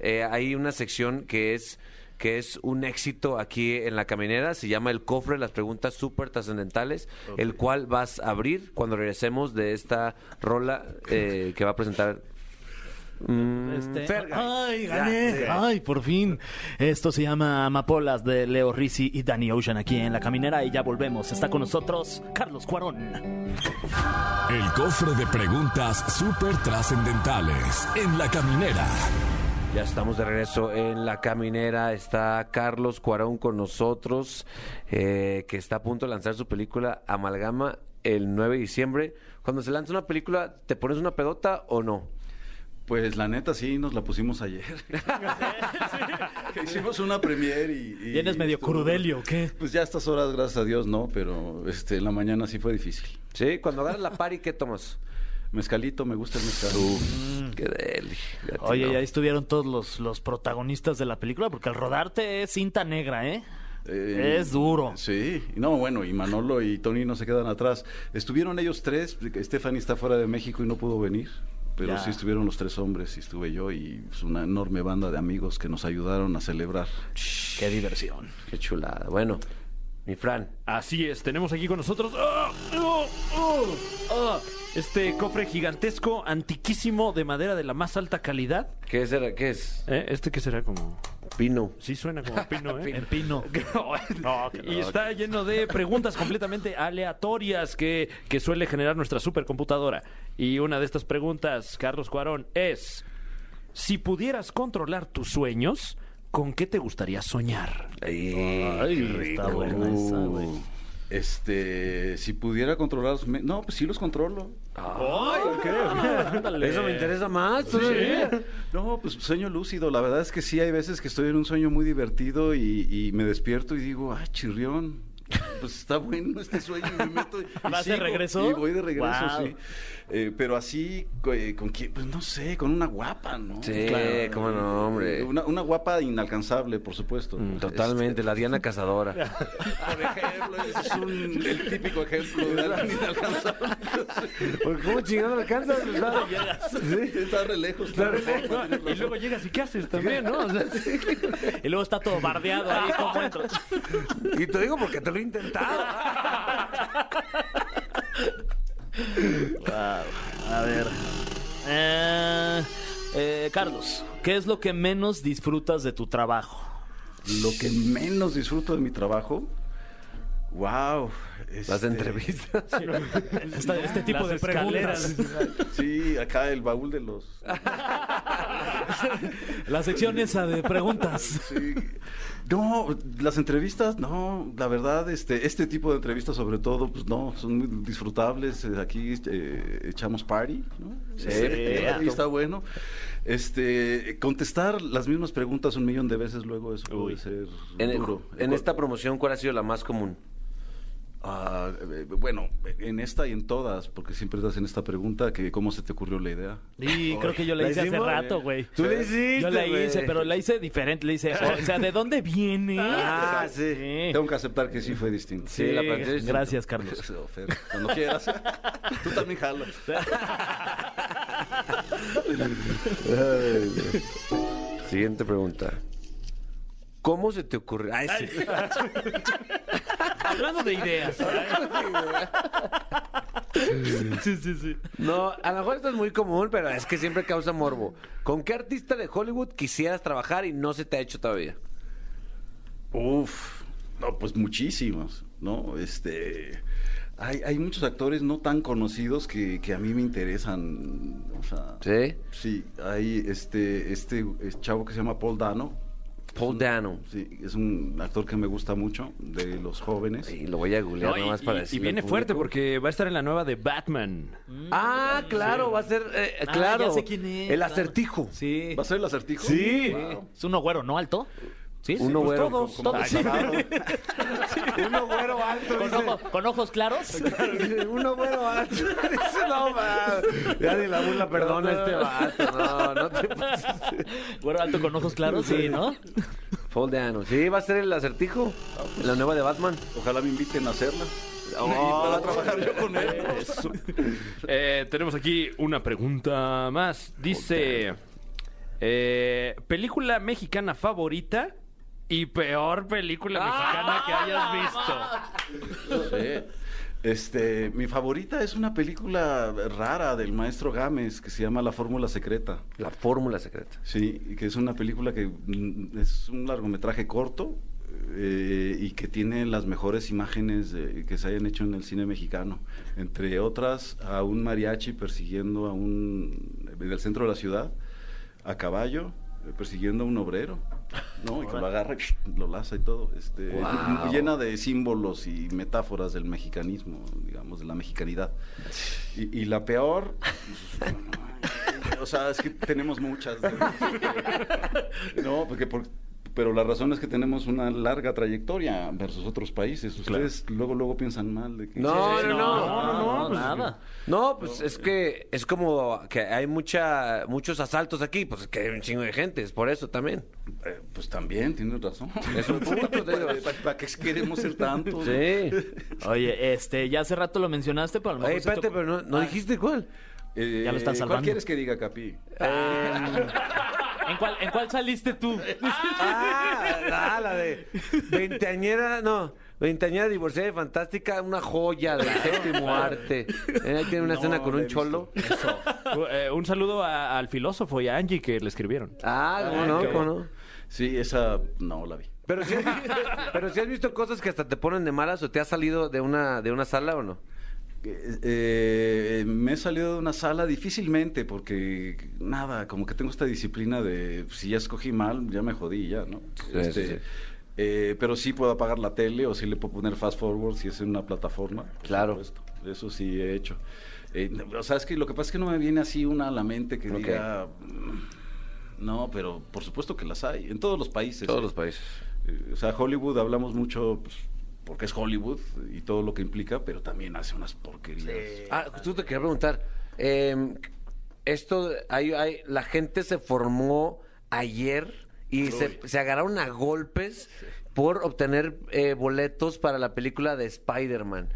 A: eh, hay una sección que es que es un éxito aquí en la caminera, se llama el cofre de las preguntas súper trascendentales, el cual vas a abrir cuando regresemos de esta rola eh, que va a presentar. mm,
B: Este,
A: Ferga.
B: ay,
A: Ya,
B: gané.
A: sí.
B: Ay, por fin. Esto se llama Amapolas de Leo Risi y Danny Ocean aquí en La Caminera y ya volvemos. Está con nosotros Carlos Cuarón.
G: El cofre de preguntas súper trascendentales en la caminera.
A: Ya estamos de regreso en la caminera. Está Carlos Cuarón con nosotros, eh, que está a punto de lanzar su película Amalgama el 9 de diciembre. Cuando se lanza una película, ¿te pones una pedota o no?
F: Pues la neta sí, nos la pusimos ayer. Hicimos una premier y... y-
B: ¿Vienes medio
F: estuvo-
B: crudelio o qué?
F: Pues ya a estas horas, gracias a Dios, no, pero este, en la mañana sí fue difícil.
A: Sí, cuando agarras la pari, ¿qué tomas?
F: Mezcalito, me gusta el mezcal.
A: Qué deli. Ya te
B: Mm. Oye,
A: no.
B: y ahí estuvieron todos los, los protagonistas de la película porque al rodarte es cinta negra, ¿eh?
F: Eh,
B: es duro.
F: Sí, no, bueno, y Manolo y Tony no se quedan atrás. Estuvieron ellos tres, Stephanie está fuera de México y no pudo venir, pero
B: Ya.
F: sí estuvieron los tres hombres y estuve yo y pues, una enorme banda de amigos que nos ayudaron a celebrar.
B: Qué diversión.
A: Qué chulada. Bueno, mi Fran.
C: Así es, tenemos aquí con nosotros ¡ah! ¡Oh! ¡Oh! ¡Ah! este cofre gigantesco, antiquísimo, de madera de la más alta calidad.
A: ¿Qué es? ¿Qué es?
C: ¿Eh? Este que será como...
A: Pino.
C: Sí suena como pino, ¿eh?
B: El pino.
C: No, y está lleno de preguntas completamente aleatorias que, que suele generar nuestra supercomputadora. Y una de estas preguntas, Carlos Cuarón, es: Si pudieras controlar tus sueños, ¿con qué te gustaría soñar?
A: Ay,
B: Está buena esa, güey.
F: Uh, Ah, Este, si pudiera controlar, sus me- no, pues sí los controlo.
A: Eso me interesa más. todavía.
F: No, pues sueño lúcido. La verdad es que sí, hay veces que estoy en un sueño muy divertido y, y me despierto y digo, ah, chirrión. Pues está bueno este sueño y me meto. y
B: ¿Vas de
F: sigo,
B: regreso?
F: Y voy de regreso,
B: Guau.
F: sí. Eh, pero así, co- eh, ¿con quién? Pues no sé, con una guapa, ¿no?
A: Sí, cómo no, hombre. Mm,
F: Una, una guapa inalcanzable, por supuesto. Este,
A: Totalmente, la Diana Cazadora.
F: Por ejemplo, ese es un, el típico ejemplo de alguien inalcanzable.
A: ¿Cómo chingado alcanzas?
F: Está re lejos.
C: Y luego llegas y ¿qué haces también, no? O sea,
B: Y luego está todo bardeado ahí como entro.
A: Y te digo porque te lo he intentado.
B: Eh, Eh, Carlos, ¿qué es lo que menos disfrutas de tu trabajo?
F: Lo que menos disfruto de mi trabajo. Wow. este,
A: Las entrevistas.
B: Esta- este tipo
C: Las
B: de preguntas.
F: Sí, acá el baúl de los.
B: La sección esa de preguntas.
F: Sí. No, las entrevistas, no, la verdad, este, este tipo de entrevistas sobre todo, pues no, son muy disfrutables. eh, Aquí eh, echamos party, ¿no?
C: Sí,
F: Eh,
C: exacto.
F: party está bueno. Este, contestar las mismas preguntas un millón de veces luego eso
C: Uy.
F: puede ser
A: En, el-
F: duro.
A: en esta promoción, ¿cuál ha sido la más común?
F: Ah, eh, bueno, en esta y en todas, porque siempre te hacen esta pregunta que cómo se te ocurrió la idea.
B: Y creo que yo la hice hace
A: hicimos?
B: rato, güey.
A: Tú le hiciste,
B: Yo la hice,
A: güey.
B: pero la hice diferente. Le hice, o sea, ¿de dónde viene?
A: Ah, sí.
F: Tengo que aceptar que sí fue distinto.
A: Sí, la planteé distinto.
B: Gracias, Carlos.
F: Fer, Cuando quieras. Tú también jalas.
A: Siguiente pregunta. ¿Cómo se te ocurre? Ay, sí.
B: Hablando de ideas. sí, sí, sí.
A: No, a lo mejor esto es muy común, pero es que siempre causa morbo. ¿Con qué artista de Hollywood quisieras trabajar y no se te ha hecho todavía?
F: Uf, no, pues muchísimos, ¿no? Este, hay, hay muchos actores no tan conocidos que, que a mí me interesan, o sea,
A: ¿Sí?
F: sí, hay este, este eh, chavo que se llama Paul Dano,
A: Paul Dano.
F: sí, es un actor que me gusta mucho, de los jóvenes.
A: Sí, lo voy a googlear
C: No, y-
A: nomás
C: y-
A: para
C: y,
A: decirle
C: viene
A: al
C: fuerte
A: público.
C: porque va a estar en la nueva de Batman.
A: Ah, claro, va a ser... eh,
B: Ah,
A: claro.
B: ya sé quién es,
A: El
B: claro.
A: acertijo.
B: Sí.
F: ¿Va a ser el acertijo?
A: Sí.
F: Wow.
B: Es un güero, ¿no? Alto. Sí,
A: Uno
B: pues
A: güero.
B: Todos,
F: Como-
B: todos.
F: como acabado.
A: Uno güero alto,
B: Con,
A: dice.
B: ojo- con ojos claros.
A: Dice, Uno güero alto. Dice, no, man. Ya ni la burla perdona a este vato. No, no te pases.
B: Güero alto con ojos claros, sí, ¿no?
A: Paul Dano. Sí, va a ser el acertijo. La nueva de Batman. Oh.
F: Ojalá me inviten a hacerla. y para trabajar yo con él. ¿no?
C: Eh, tenemos aquí una pregunta más. Dice: eh, ¿Película mexicana favorita y peor película mexicana que
B: Ah,
C: hayas visto?
F: Sí. Este, mi favorita es una película rara del maestro Gámez que se llama La Fórmula Secreta.
A: La fórmula secreta.
F: Sí, y que es una película que mm, es un largometraje corto eh, y que tiene las mejores imágenes eh, que se hayan hecho en el cine mexicano. Entre otras, a un mariachi persiguiendo a un. en el centro de la ciudad, a caballo, eh, persiguiendo a un obrero, ¿no? Y que lo agarra, y lo laza y todo. Este,
A: Guau.
F: Llena de símbolos y metáforas del mexicanismo, digamos, de la mexicanidad. Y, y la peor. O sea, es que tenemos muchas. ¿no? No, porque por- pero la razón es que tenemos una larga trayectoria versus otros países. Ustedes luego luego piensan mal de que
A: No, no, no. pues,
B: no, nada.
A: No, pues es que es como que hay mucha muchos asaltos aquí, pues que hay un chingo de gente, es por eso también.
F: Eh, pues también tienes razón.
A: Es un punto, te digo.
F: ¿Para, para qué queremos ser tantos?
A: Sí.
B: Oye, este, ya hace rato lo mencionaste, pero a lo mejor.
A: Oye,
B: se te
A: espérate,
B: ocurre-
A: pero no, no dijiste cuál.
F: Eh,
B: Ya lo estás salvando.
F: ¿Cuál quieres que diga, Capi?
B: ¿En cuál, ¿En cuál saliste tú?
A: Ah, la, la de veinteañera, no, veinteañera divorciada y fantástica, una joya del séptimo arte. Eh, Ahí tiene una
F: No,
A: escena con
F: la he
A: un
F: visto.
A: cholo.
C: Uh, eh, un saludo a- al filósofo y a Angie que le escribieron.
A: Ah, cómo no, cómo no.
F: Sí, esa no la vi.
A: Pero si pero sí has visto cosas que hasta te ponen de malas o te has salido de una de una sala o no.
F: Eh, eh, me he salido de una sala difícilmente porque nada, como que tengo esta disciplina de si ya escogí mal, ya me jodí, ya, ¿no?
A: Sí,
F: Este,
A: sí, sí.
F: eh, pero sí puedo apagar la tele o sí le puedo poner fast forward si es en una plataforma. por
A: Claro.
F: supuesto. Eso sí he hecho. Eh, no, o sea, es que lo que pasa es que no me viene así una a la mente que
A: Ok.
F: diga. "Mm, No, pero por supuesto que las hay. En todos los países.
A: Todos
F: ¿eh?
A: los países.
F: Eh, o sea, Hollywood hablamos mucho pues, porque es Hollywood y todo lo que implica, pero también hace unas porquerías.
A: Ah, tú te quería preguntar. eh, esto, hay, hay- la gente se formó ayer y se, se agarraron a golpes por obtener eh, boletos para la película de Spider-Man,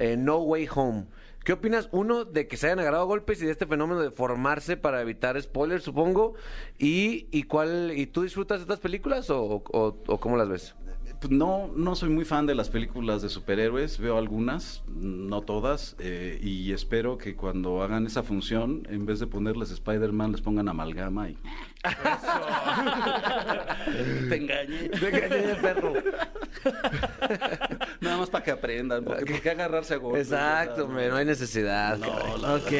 A: eh, No Way Home. ¿Qué opinas, uno, de que se hayan agarrado a golpes y de este fenómeno de formarse para evitar spoilers, supongo? ¿Y, y cuál y tú disfrutas de estas películas o, o- o cómo las ves?
F: Pues no, no soy muy fan de las películas de superhéroes, veo algunas, no todas, eh, y espero que cuando hagan esa función, en vez de ponerles Spider-Man, les pongan amalgama y... Te engañé.
A: Te engañé, perro.
F: Nada más para que aprendan, porque, porque agarrarse a golpes.
A: Exacto,
F: ¿verdad?
A: hombre, no hay necesidad. caray.
F: No, la
B: Ok.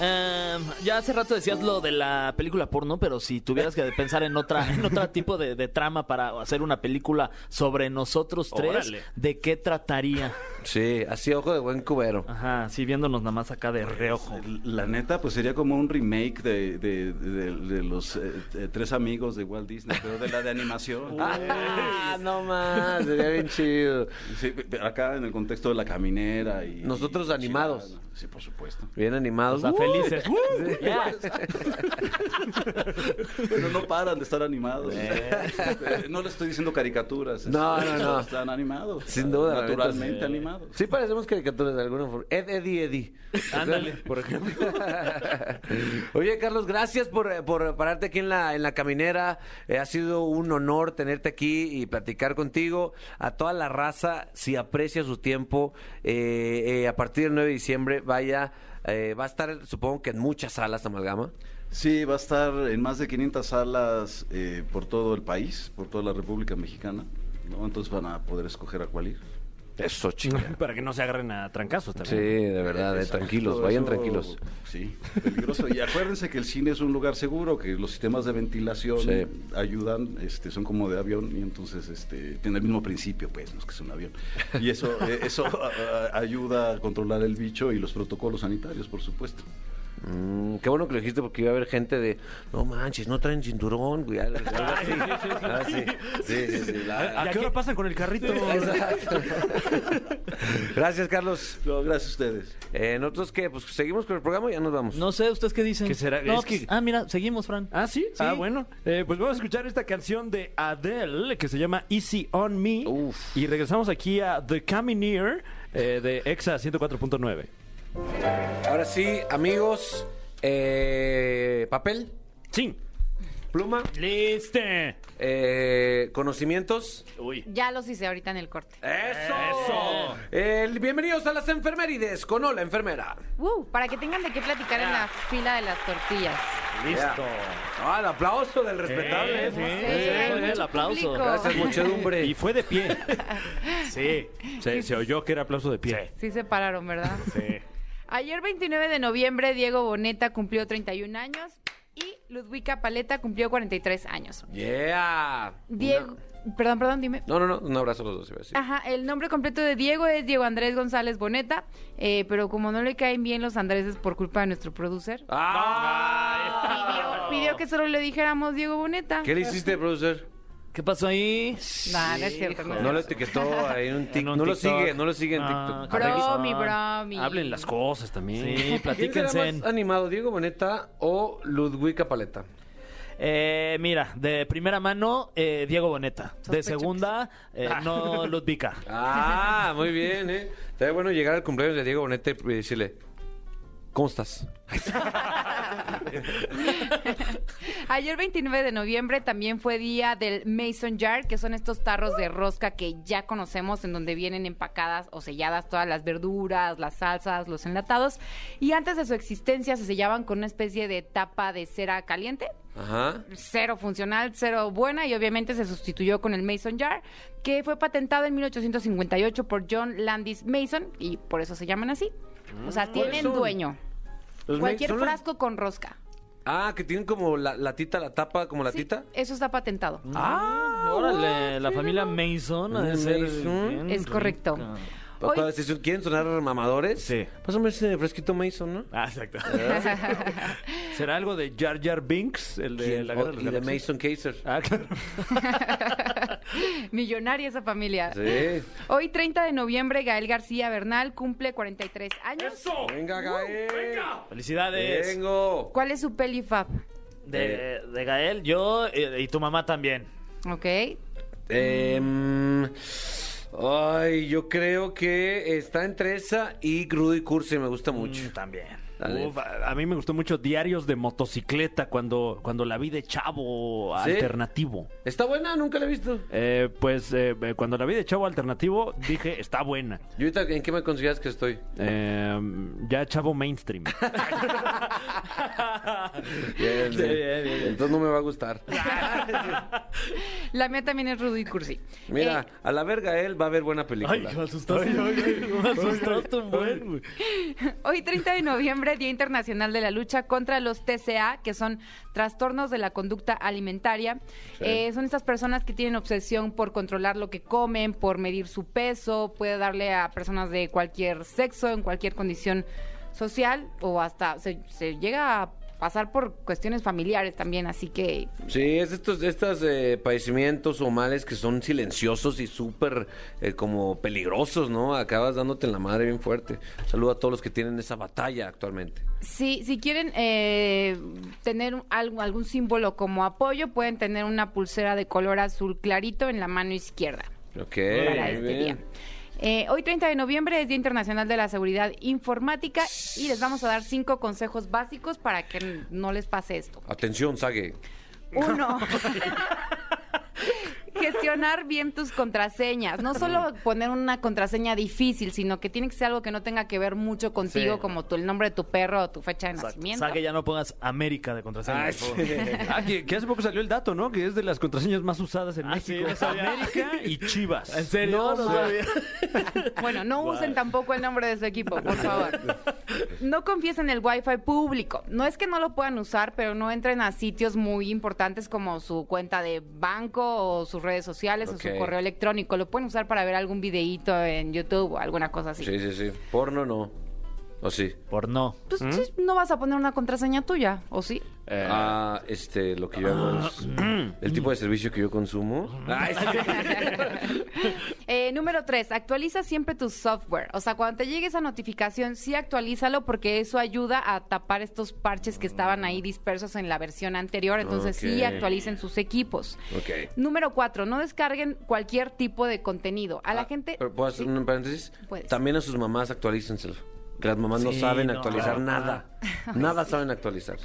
B: Em, ya hace rato decías lo de la película porno, pero si tuvieras que pensar en otra, en otro tipo de, de trama para hacer una película sobre nosotros tres,
C: Órale.
B: ¿de qué trataría?
A: Sí, así ojo de buen cubero.
B: Ajá, sí, viéndonos nada más acá
C: Pues,
B: de reojo.
F: La neta, pues sería como un remake de, de- de- de los eh, eh, tres amigos de Walt Disney, pero de la de animación.
A: Ah, no más, sería bien chido.
F: Sí, pe- pe- acá en el contexto de la caminera y...
A: Nosotros
F: y-
A: animados.
F: Sí, por supuesto.
A: Bien
B: O
A: animados.
B: sea,
A: ¡Uy!
B: felices. Uh, Ya.
F: Pero no paran de estar animados. Eh, No le estoy diciendo caricaturas.
A: No,
F: este,
A: no, no.
F: Están animados.
A: Sin duda, la neta,
F: Naturalmente
A: sí.
F: animados.
A: Sí parecemos caricaturas de alguna forma. Ed, Eddie, Eddie.
B: Ándale.
A: Por ejemplo. Oye, Carlos, gracias por, por pararte aquí en la, en la caminera. Eh, ha sido un honor tenerte aquí y platicar contigo. A toda la raza, si aprecia su tiempo, eh, eh, a partir del 9 de diciembre, vaya... eh, va a estar, supongo que en muchas salas, Amalgama.
F: Sí, va a estar en más de 500 salas eh, por todo el país, por toda la República Mexicana. ¿no? Entonces van a poder escoger a cuál ir.
A: Eso, chinga.
C: Para que no se agarren a trancazos
A: Sí,
C: también.
A: de verdad, eh,
F: Exacto,
A: tranquilos,
F: eso-
A: vayan tranquilos.
F: Sí, peligroso. Y acuérdense que el cine es un lugar seguro, que los sistemas de ventilación
A: Sí.
F: ayudan, este, son como de avión, y entonces este, tiene el mismo principio, pues, no es que es un avión. Y eso, eh, eso a- a- ayuda a controlar el bicho y los protocolos sanitarios, por supuesto.
A: Mm, qué bueno que lo dijiste porque iba a haber gente de, no manches, no traen cinturón, güey. algo así. Ah, sí, sí, sí, sí, la-
C: ¿A qué hora pasan con el carrito?
A: Exacto. Gracias, Carlos.
F: No, gracias a ustedes.
A: Eh, Nosotros que, pues seguimos con el programa y ya nos vamos.
B: No sé, ¿ustedes qué dicen?
C: ¿Qué será?
B: No,
C: Es que-
B: Ah, mira, seguimos, Fran.
C: Ah, ¿sí? Ah, bueno. Eh, pues vamos a escuchar esta canción de Adele que se llama Easy on Me.
A: Uf.
C: Y regresamos aquí a The Camineer eh, de Exa 104.9.
A: Ahora sí, amigos, eh, papel,
C: Sí.
A: pluma,
C: Listo.
A: eh, conocimientos.
C: Uy.
H: Ya los hice ahorita en el corte.
A: ¡Eso! El- bienvenidos a las enfermerides con Hola Enfermera.
H: Uh, para que tengan de qué platicar en la fila de las tortillas.
C: Listo.
A: Ah, el aplauso del respetable.
C: Eh, sí.
H: Sí,
B: eso,
H: hay
B: el
H: mucho
B: aplauso.
H: público.
A: Gracias, muchedumbre.
C: Y fue de pie.
B: Sí.
C: Se, se oyó que era aplauso de pie.
H: Sí se pararon, ¿verdad?
C: Sí.
H: Ayer 29 de noviembre, Diego Boneta cumplió 31 años y Ludwika Paleta cumplió 43 años.
A: Yeah.
H: Diego, perdón, perdón, dime.
A: No, no, no, un abrazo a los dos, iba a decir.
H: Ajá, el nombre completo de Diego es Diego Andrés González Boneta, eh, pero como no le caen bien los Andréses por culpa de nuestro producer,
A: ¡Ah!
H: pidió que solo le dijéramos Diego Boneta.
A: ¿Qué le hiciste, producer?
B: ¿Qué pasó ahí?
H: Nah, no es cierto, no es
A: No lo
H: cierto.
A: etiquetó ahí en un tic-
C: En un
A: No lo
C: TikTok.
A: sigue, no lo sigue en
B: Ah,
A: TikTok.
B: con
H: Bromi,
B: razón.
H: bromi.
C: Hablen las cosas también.
B: Sí,
A: ¿Quién será
B: platíquense.
A: más animado, Diego Boneta o Ludwika Paleta?
B: Eh, mira, de primera mano, eh, Diego Boneta. De
H: Sospecho
B: segunda, eh, no Ludvica.
A: Ah, muy bien, ¿eh? Estaría bueno llegar al cumpleaños de Diego Boneta y decirle, ¿cómo estás?
H: Ayer 29 de noviembre también fue día del Mason Jar, que son estos tarros de rosca que ya conocemos, en donde vienen empacadas o selladas todas las verduras, las salsas, los enlatados. Y antes de su existencia se sellaban con una especie de tapa de cera caliente
A: Ajá.
H: cero funcional, cero buena y obviamente se sustituyó con el Mason Jar, que fue patentado en 1858 por John Landis Mason y por eso se llaman así. O sea, tienen
A: Ah, son?
H: dueño.
A: Los
H: Cualquier
A: Mason- son los-
H: frasco con rosca.
A: Ah, que tienen como la latita, la tapa, como
H: Sí,
A: latita.
H: eso está patentado.
A: Ah,
B: Órale, la familia Mm, Mason.
A: Mm,
B: ha de ser
A: Mason.
B: bien
H: Mm, Es correcto.
B: rica.
H: Hoy-
A: Cuando se- ¿Quieren sonar mamadores?
C: Sí.
A: Pásame ese fresquito Mason, ¿no?
C: Ah, exacto.
B: Eh.
C: ¿Será algo de Jar Jar Binks? El de
A: ¿Quién?
C: la guerra
A: Oh,
C: de
A: y de
C: los Galaxias?
A: Mason Kaiser.
C: Ah, claro.
H: Millonaria esa familia.
A: Sí.
H: Hoy 30 de noviembre, Gael García Bernal cumple 43 años.
C: ¡Oh!
A: Venga,
C: ¡Uh!
A: Gael.
B: Felicidades.
A: Vengo.
H: ¿Cuál es su peli fab?
B: De, de Gael, yo eh, y tu mamá también.
H: ¿Ok?
A: Em, Ay, yo creo que está entre esa y Crudo y Cursi, me gusta mucho.
C: También.
A: Dale.
C: Uf, a a mí me gustó mucho Diarios de Motocicleta cuando, cuando la vi de chavo
A: ¿Sí?
C: alternativo.
A: Está buena, nunca la he visto.
C: Eh, pues eh, cuando la vi de chavo alternativo dije, está buena.
A: ¿Y ahorita en qué me consideras que estoy?
C: Eh, ya chavo mainstream.
A: Bien, bien. Entonces no me va a gustar.
H: La mía también es Rudy Cursi. Eh,
A: Mira, a la verga él va a ver buena película.
B: asustaste. me asustaste un buen, güey.
H: Eh, hoy 30 de noviembre, Día Internacional de la Lucha contra los TCA, que son trastornos de la conducta alimentaria. Eh, son estas personas que tienen obsesión por controlar lo que comen, por medir su peso, puede darle a personas de cualquier sexo, en cualquier condición social o hasta se, se llega a pasar por cuestiones familiares también, así que
A: Sí, es estos, estos eh, padecimientos o males que son silenciosos y súper eh, como peligrosos, ¿no? Acabas dándote en la madre bien fuerte. Saludo a todos los que tienen esa batalla actualmente.
H: Sí, si quieren eh, tener un- algo- algún símbolo como apoyo, pueden tener una pulsera de color azul clarito en la mano izquierda
A: Ok,
H: para
A: muy
H: este día.
A: bien.
H: Eh, hoy 30 de noviembre es Día Internacional de la Seguridad Informática y les vamos a dar cinco consejos básicos para que n- no les pase esto.
A: Atención, Sague.
H: Uno. Gestionar bien tus contraseñas. No solo poner una contraseña difícil, sino que tiene que ser algo que no tenga que ver mucho contigo,
B: Sí.
H: como tu, el nombre de tu perro o tu fecha de
B: Exacto.
H: nacimiento.
B: Saga, ya no pongas América de contraseña. por favor.
C: Ah, que, que hace poco salió el dato, ¿no? Que es de las contraseñas más usadas en
B: Ah, sí,
C: México.
B: no sabía.
C: América y Chivas.
B: ¿En serio?
C: No, no sabía.
H: Bueno, no usen tampoco el nombre de su equipo, por favor. No confiesen el Wi-Fi público. No es que no lo puedan usar, pero no entren a sitios muy importantes como su cuenta de banco o sus redes sociales o
A: Ok.
H: su correo electrónico. Lo pueden usar para ver algún videíto en YouTube o alguna cosa así.
A: Sí, sí, sí. Porno no. ¿O sí?
B: Por no.
H: Pues
A: ¿Mm?
H: sí, no vas a poner una contraseña tuya, ¿o sí?
C: Eh,
A: Ah, este, lo que yo hago es. El tipo de servicio que yo consumo. Ay,
H: Eh, número tres, actualiza siempre tu software. O sea, cuando te llegue esa notificación, sí actualízalo porque eso ayuda a tapar estos parches que estaban ahí dispersos en la versión anterior. Entonces sí
A: Ok.
H: actualicen sus equipos.
A: Ok.
H: Número cuatro, no descarguen cualquier tipo de contenido. A la
A: Ah,
H: gente...
A: pero ¿Puedo hacer
H: Este, Sí.
A: un paréntesis?
H: Puedes.
A: También a sus mamás actualícenselo. Que las mamás no
B: Sí,
A: saben
B: no,
A: actualizar
B: claro.
A: nada. Nada saben actualizar.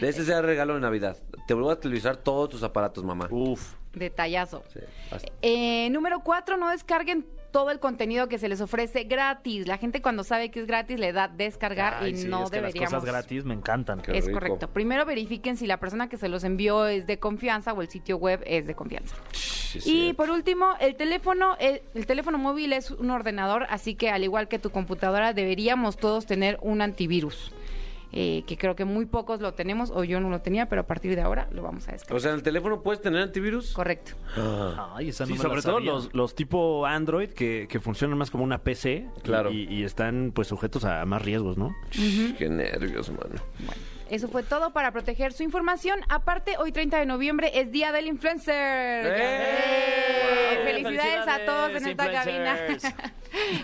A: De ese sea el regalo de Navidad. Te vuelvo a actualizar todos tus aparatos, mamá.
B: Uh.
C: Uf.
H: Detallazo.
A: Sí, hasta-
H: Eh, número cuatro, no descarguen todo el contenido que se les ofrece gratis. La gente cuando sabe que es gratis le da descargar
B: Ay,
H: y
B: sí,
H: no
B: es que
H: deberíamos...
B: Las cosas gratis me encantan.
A: Qué
H: es
A: rico.
H: correcto. Primero verifiquen si la persona que se los envió es de confianza o el sitio web es de confianza.
A: Sí, es
H: Eh, y
A: cierto.
H: por último, el teléfono, el, el teléfono móvil es un ordenador, así que al igual que tu computadora, deberíamos todos tener un antivirus. eh, que creo que muy pocos lo tenemos, o yo no lo tenía, pero a partir de ahora lo vamos a descargar.
A: O sea, ¿en el teléfono puedes tener antivirus?
H: Correcto.
B: Ay, esa no
C: Sí,
B: me la
C: sobre todo
B: sabía.
C: los, los tipo Android que, que funcionan más como una PC. y-
A: Claro.
C: Y, y están pues sujetos a más riesgos, ¿no?
A: Qué nervios, mano.
H: Eso fue todo para proteger su información. Aparte, hoy 30 de noviembre es Día del Influencer.
A: ¡Eh!
H: ¡Eh! Felicidades a todos en esta
B: influencers.
H: cabina.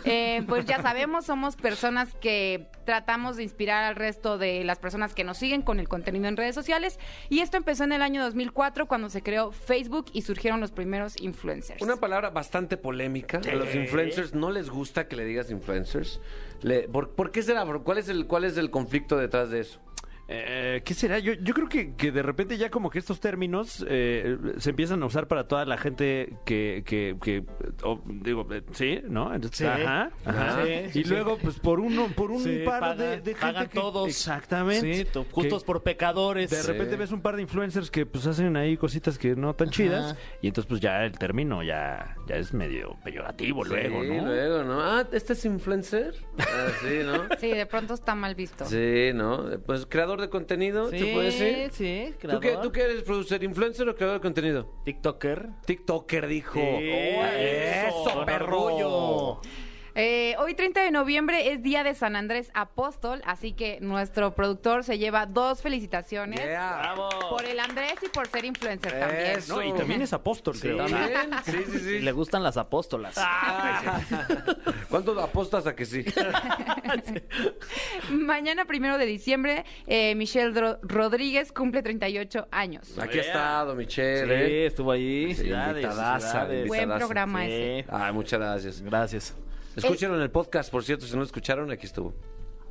H: Eh, pues ya sabemos, somos personas que tratamos de inspirar al resto de las personas que nos siguen con el contenido en redes sociales. Y esto empezó en el año 2004 cuando se creó Facebook y surgieron los primeros influencers.
A: Una palabra bastante polémica. A los influencers no les gusta que le digas influencers. Le- ¿por, por qué será? bro? ¿Cuál es, el, ¿Cuál es el conflicto detrás de eso?
C: Eh, ¿Qué será? Yo, yo creo que, que de repente ya como que estos términos eh, se empiezan a usar para toda la gente que, que, que, o, digo, eh, sí, ¿no? Entonces,
B: Sí.
C: Ajá, ajá.
B: Sí, sí,
C: y
B: sí.
C: luego, pues por uno, por un
B: Sí,
C: par de,
B: pagan-
C: de gente
B: pagan
C: que-
B: todos.
C: Exactamente.
B: Sí, to- justos
C: Que-
B: por pecadores.
C: De repente ves un par de influencers que pues hacen ahí cositas que no tan chidas y entonces pues ya el término ya, ya es medio peyorativo luego,
A: sí,
C: ¿no?
A: luego, ¿no? Ah, ¿este es influencer? Ah, sí, ¿no?
H: Sí, de pronto está mal visto.
A: Sí, ¿no? Pues creador de contenido, ¿se puede decir?
B: Sí,
A: ¿Tú qué, ¿Tú qué eres, producer, influencer o creador de contenido?
B: TikToker.
A: TikToker dijo.
B: Sí,
A: ¡Oh,
B: eso,
A: ¡Eso,
B: con
A: perro!
B: orgullo.
H: Eh, hoy 30 de noviembre es día de San Andrés Apóstol, así que nuestro productor se lleva dos felicitaciones
A: Yeah.
H: por el Andrés y por ser influencer también.
A: Eso.
C: No, y también es apóstol,
B: Sí.
C: creo.
B: También.
A: Sí, sí, sí. Ah,
B: Le gustan las apóstolas.
C: Ah,
A: ¿Cuánto apostas a que sí?
H: Mañana, primero de diciembre, eh, Michelle Dro- Rodríguez cumple 38 años.
A: Aquí ha estado, Michelle.
B: Sí,
A: ¿eh?
B: estuvo ahí.
A: Sí,
B: Felicidades,
A: invitadaza,
B: felicidades.
A: invitadaza.
H: Buen programa
B: Sí.
H: ese. Eh.
A: Ay, muchas gracias.
B: Gracias.
A: Escuchen en el podcast, por cierto, si no lo escucharon, aquí estuvo.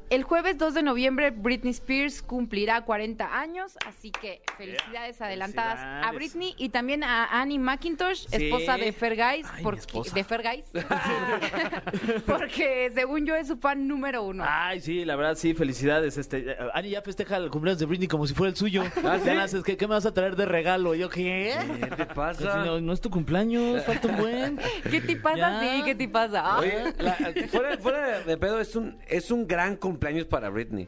H: El jueves 2 de noviembre, Britney Spears cumplirá 40 años, así que felicidades adelantadas a
B: Felicidades.
H: Britney y también a Annie McIntosh,
B: Sí.
H: esposa de Fergais,
B: Ay, mi
H: porque,
B: esposa.
H: de Fergais, porque según yo es su fan número uno.
A: Ah.
B: Ay, sí, la verdad, sí, felicidades. Este, eh, Ani ya festeja el cumpleaños de Britney como si fuera el suyo.
A: ¿Ah, sí?
B: Ya naces, ¿qué, qué me vas a traer de regalo? Y Yo, ¿qué?
A: ¿Qué te
B: Pues, si
A: pasa?
B: no, no es tu cumpleaños, falta un buen.
H: ¿Qué te pasa?
B: Ya.
H: Sí, ¿qué te
B: Ah.
H: pasa? Ah.
A: Oye, la- fuera, fuera de pedo, es un, es un gran cumpleaños para Britney.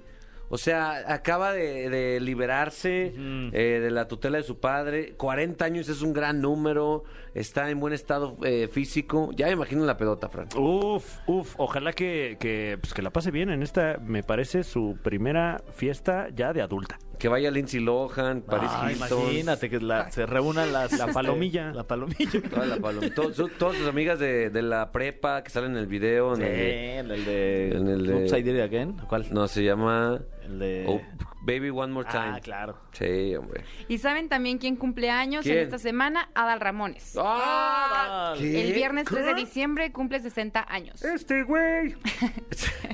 A: O sea, acaba de, de liberarse eh, de la tutela de su padre. 40 años es un gran número. Está en buen estado eh, físico. Ya me imagino la pelota, Fran.
C: Uf, uf, ojalá que, que, pues, que la pase bien en esta, me parece, su primera fiesta ya de adulta.
A: Que vaya Lindsay Lohan, Paris
B: Ah,
A: Hilton.
B: imagínate que la- se reúnan las, la
C: este, palomilla.
B: La palomilla.
A: Toda la palom- to- su- todas sus amigas de, de la prepa que salen en el video. en
B: Sí,
A: el-
B: en el de.
A: En el de-
B: Upside Down Again. ¿Cuál?
A: no, se llama
B: El de.
A: Oh, Baby One More Time.
B: Eh. ah, claro.
A: Sí, hombre.
H: Y saben también quién cumple años en
A: ¿Quién?
H: esta semana, Adal Ramones.
A: ¡Ah! ¿Qué?
H: El viernes 3 de
A: ¿Qué?
H: diciembre cumple 60 años.
A: Este güey.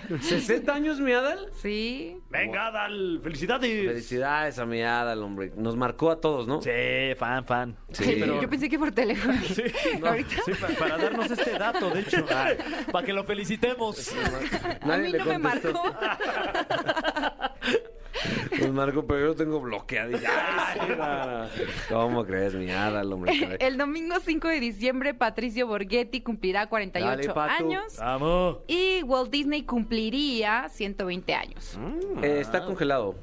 A: ¿60 años, mi Adal?
H: Sí.
C: Venga, Dal, felicidades.
A: Felicidades a mi Adal, hombre. Nos marcó a todos, ¿no?
B: Sí, fan, fan.
A: Sí, pero-
H: Yo pensé que por teléfono. Ahorita.
C: Sí, pa- para darnos este dato, de hecho. Ay,
B: Para que lo felicitemos.
H: A
A: Nadie
H: mí
A: le
H: no me
A: contestó.
H: marcó.
A: Nos marcó, pero yo lo tengo bloqueado. Ay, sí, no, no. ¿Cómo crees, mi Adal, hombre? Caray.
H: El domingo 5 de diciembre, Patricio Borghetti cumplirá 48
A: Dale, Patu.
H: años.
B: Vamos.
H: Y Walt Disney cumpliría 120 años.
A: Eh, está congelado.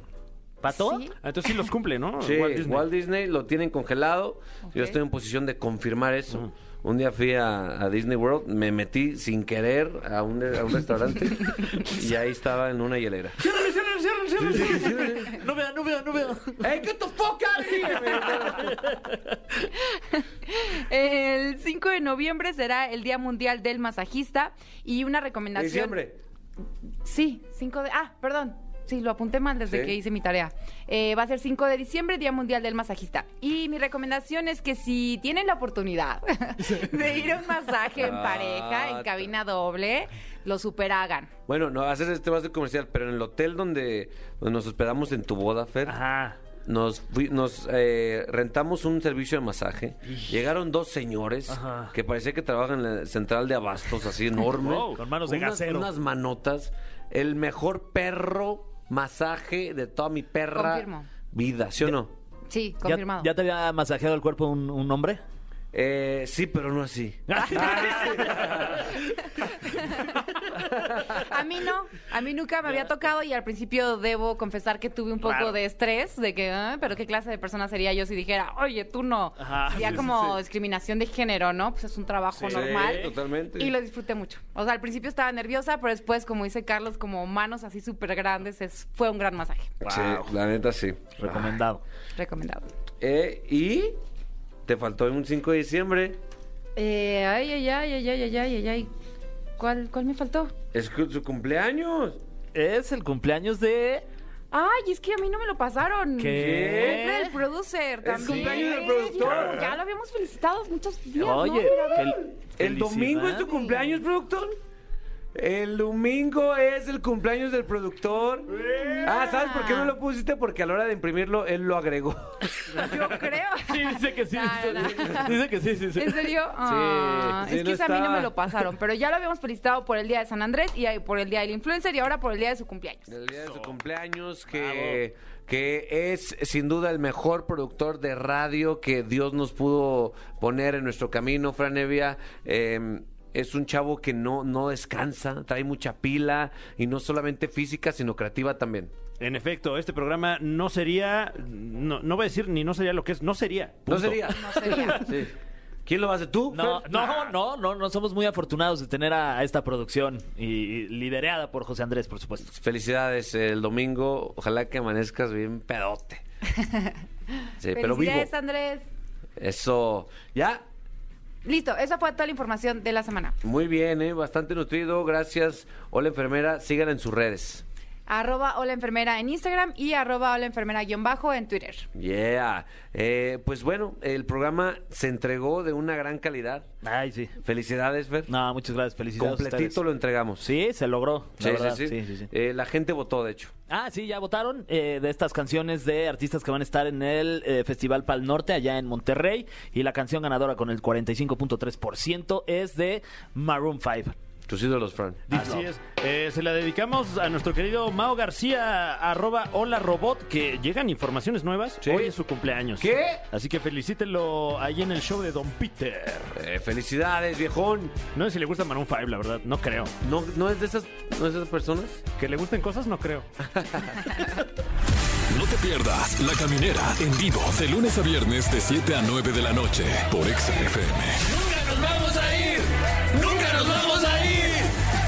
B: ¿Pato?
H: Sí.
C: Ah, Entonces sí los cumple, ¿no?
A: Sí,
C: Walt Disney.
A: lo tienen congelado. Yo
H: Ok.
A: estoy en posición de confirmar eso. Un día fui a, a Disney World, me metí sin querer a un, a un restaurante y ahí estaba en una hielera.
B: No vea, no vea, no vea.
A: ¡Ey, qué te
H: El 5 de noviembre será el Día Mundial del Masajista. Y una recomendación.
A: Diciembre.
H: Sí, 5 de... Ah, perdón. Sí, lo apunté mal desde
A: Sí.
H: que hice mi tarea. Eh, va a ser 5 de diciembre, Día Mundial del Masajista. Y mi recomendación es que si tienen la oportunidad de ir a un masaje
A: Ah,
H: en pareja, en cabina doble, lo superhagan.
A: Bueno, no, haces este vas de comercial, pero en el hotel donde donde nos hospedamos en tu boda, Fer,
C: Ajá.
A: nos, fui- nos eh, rentamos un servicio de masaje. Llegaron dos señores
B: Ajá.
A: que parecía que trabajan en la central de abastos, así enorme.
C: Wow.
B: Con manos de
A: unas,
B: gasero.
A: Unas manotas. El mejor perro masaje de toda mi perra
H: Confirmo.
A: vida, ¿sí o no?
H: Sí,
B: ¿Ya,
H: confirmado.
B: ya te había masajeado el cuerpo un, un hombre?
A: Eh, sí, pero no así.
B: Ah.
H: A mí no, a mí nunca me había tocado y al principio debo confesar que tuve un poco
C: Claro.
H: de estrés de que, "Ah, pero qué clase de persona sería yo si dijera, oye, tú no.
C: Ajá,
H: sería
C: sí, sí,
H: como
C: sí.
H: discriminación de género, ¿no? Pues es un trabajo
A: Sí,
H: normal.
A: totalmente.
H: Y lo disfruté mucho. O sea, al principio estaba nerviosa, pero después, como dice Carlos, como manos así súper grandes, es- fue un gran masaje.
A: Sí, la neta sí.
B: Recomendado.
H: Recomendado.
A: Eh, y te faltó un 5 de diciembre.
H: Eh, ay, ay, ay, ay, ay, ay, ay, ay, ay. ¿Cuál, ¿Cuál me faltó?
A: Es cu- su cumpleaños.
B: Es el cumpleaños de...
H: Ay, es que a mí no me lo pasaron.
B: ¿Qué?
H: Cumple el
B: eh,
H: producer también.
A: cumpleaños del productor.
H: Ya lo habíamos felicitado muchos días. ¿no?
B: Oye, fel-
A: El domingo es tu
B: felicidades.
A: cumpleaños, productor. El domingo es el cumpleaños del productor. Ah, ¿sabes por qué no lo pusiste? Porque a la hora de imprimirlo, él lo agregó.
H: Yo creo.
B: Sí, dice que sí.
H: No, no, no.
B: Dice que sí, sí, sí.
H: ¿En serio? Ah,
A: sí,
H: es
A: no
H: que ese a mí no
A: está.
H: me lo pasaron, pero ya lo habíamos felicitado por el día de San Andrés y ahí por el día del influencer y ahora por el día de su cumpleaños.
A: El día de su cumpleaños, que, que es sin duda el mejor productor de radio que Dios nos pudo poner en nuestro camino, Fran Evia. Eh, es un chavo que no, no descansa, trae mucha pila y no solamente física, sino creativa también.
C: En efecto, este programa no sería, no, no voy a decir ni no sería lo que es, no sería.
A: No
C: punto.
A: sería.
H: No sería.
A: Sí. ¿Quién lo hace tú?
B: No,
A: Fer?
B: no, no, no, no somos muy afortunados de tener a, a esta producción y, y liderada por José Andrés, por supuesto.
A: Pues Felicidades eh, el domingo. Ojalá que amanezcas bien pedote. Sí, pero vivo.
H: Felicidades, Andrés.
A: Eso. Ya.
H: Listo, esa fue toda la información de la semana.
A: Muy bien, ¿eh? bastante nutrido. Gracias. Hola enfermera. Sigan en sus redes.
H: Arroba hola enfermera en Instagram y arroba hola enfermera guión bajo en Twitter.
A: Yeah. Eh, pues bueno, el programa se entregó de una gran calidad.
B: Ay, sí.
A: Felicidades, Fer.
B: No, muchas gracias, felicidades. a ustedes.
A: Completito lo entregamos.
B: Sí, se logró. la
A: Sí, sí,
B: verdad,
A: sí.
B: sí, sí.
A: Eh, la gente votó, de hecho.
B: Ah, sí, ya votaron eh, de estas canciones de artistas que van a estar en el eh, Festival Pal Norte allá en Monterrey. Y la canción ganadora con el 45.3% es de Maroon 5.
A: Tus ídolos, Fran.
C: Así es. Eh, se la dedicamos a nuestro querido Mao García, arroba hola robot, que llegan informaciones nuevas.
A: Sí.
C: Hoy es su cumpleaños.
A: ¿Qué?
C: Así que felicítenlo ahí en el show de Don Peter.
A: Eh, felicidades, viejón.
C: No sé si le gusta Maroon 5, la verdad. No creo.
A: ¿No, ¿No es de esas, no es de esas personas?
C: Que le gusten cosas, no creo.
G: No te pierdas La Caminera en vivo de lunes a viernes de 7 a 9 de la noche por Exa FM.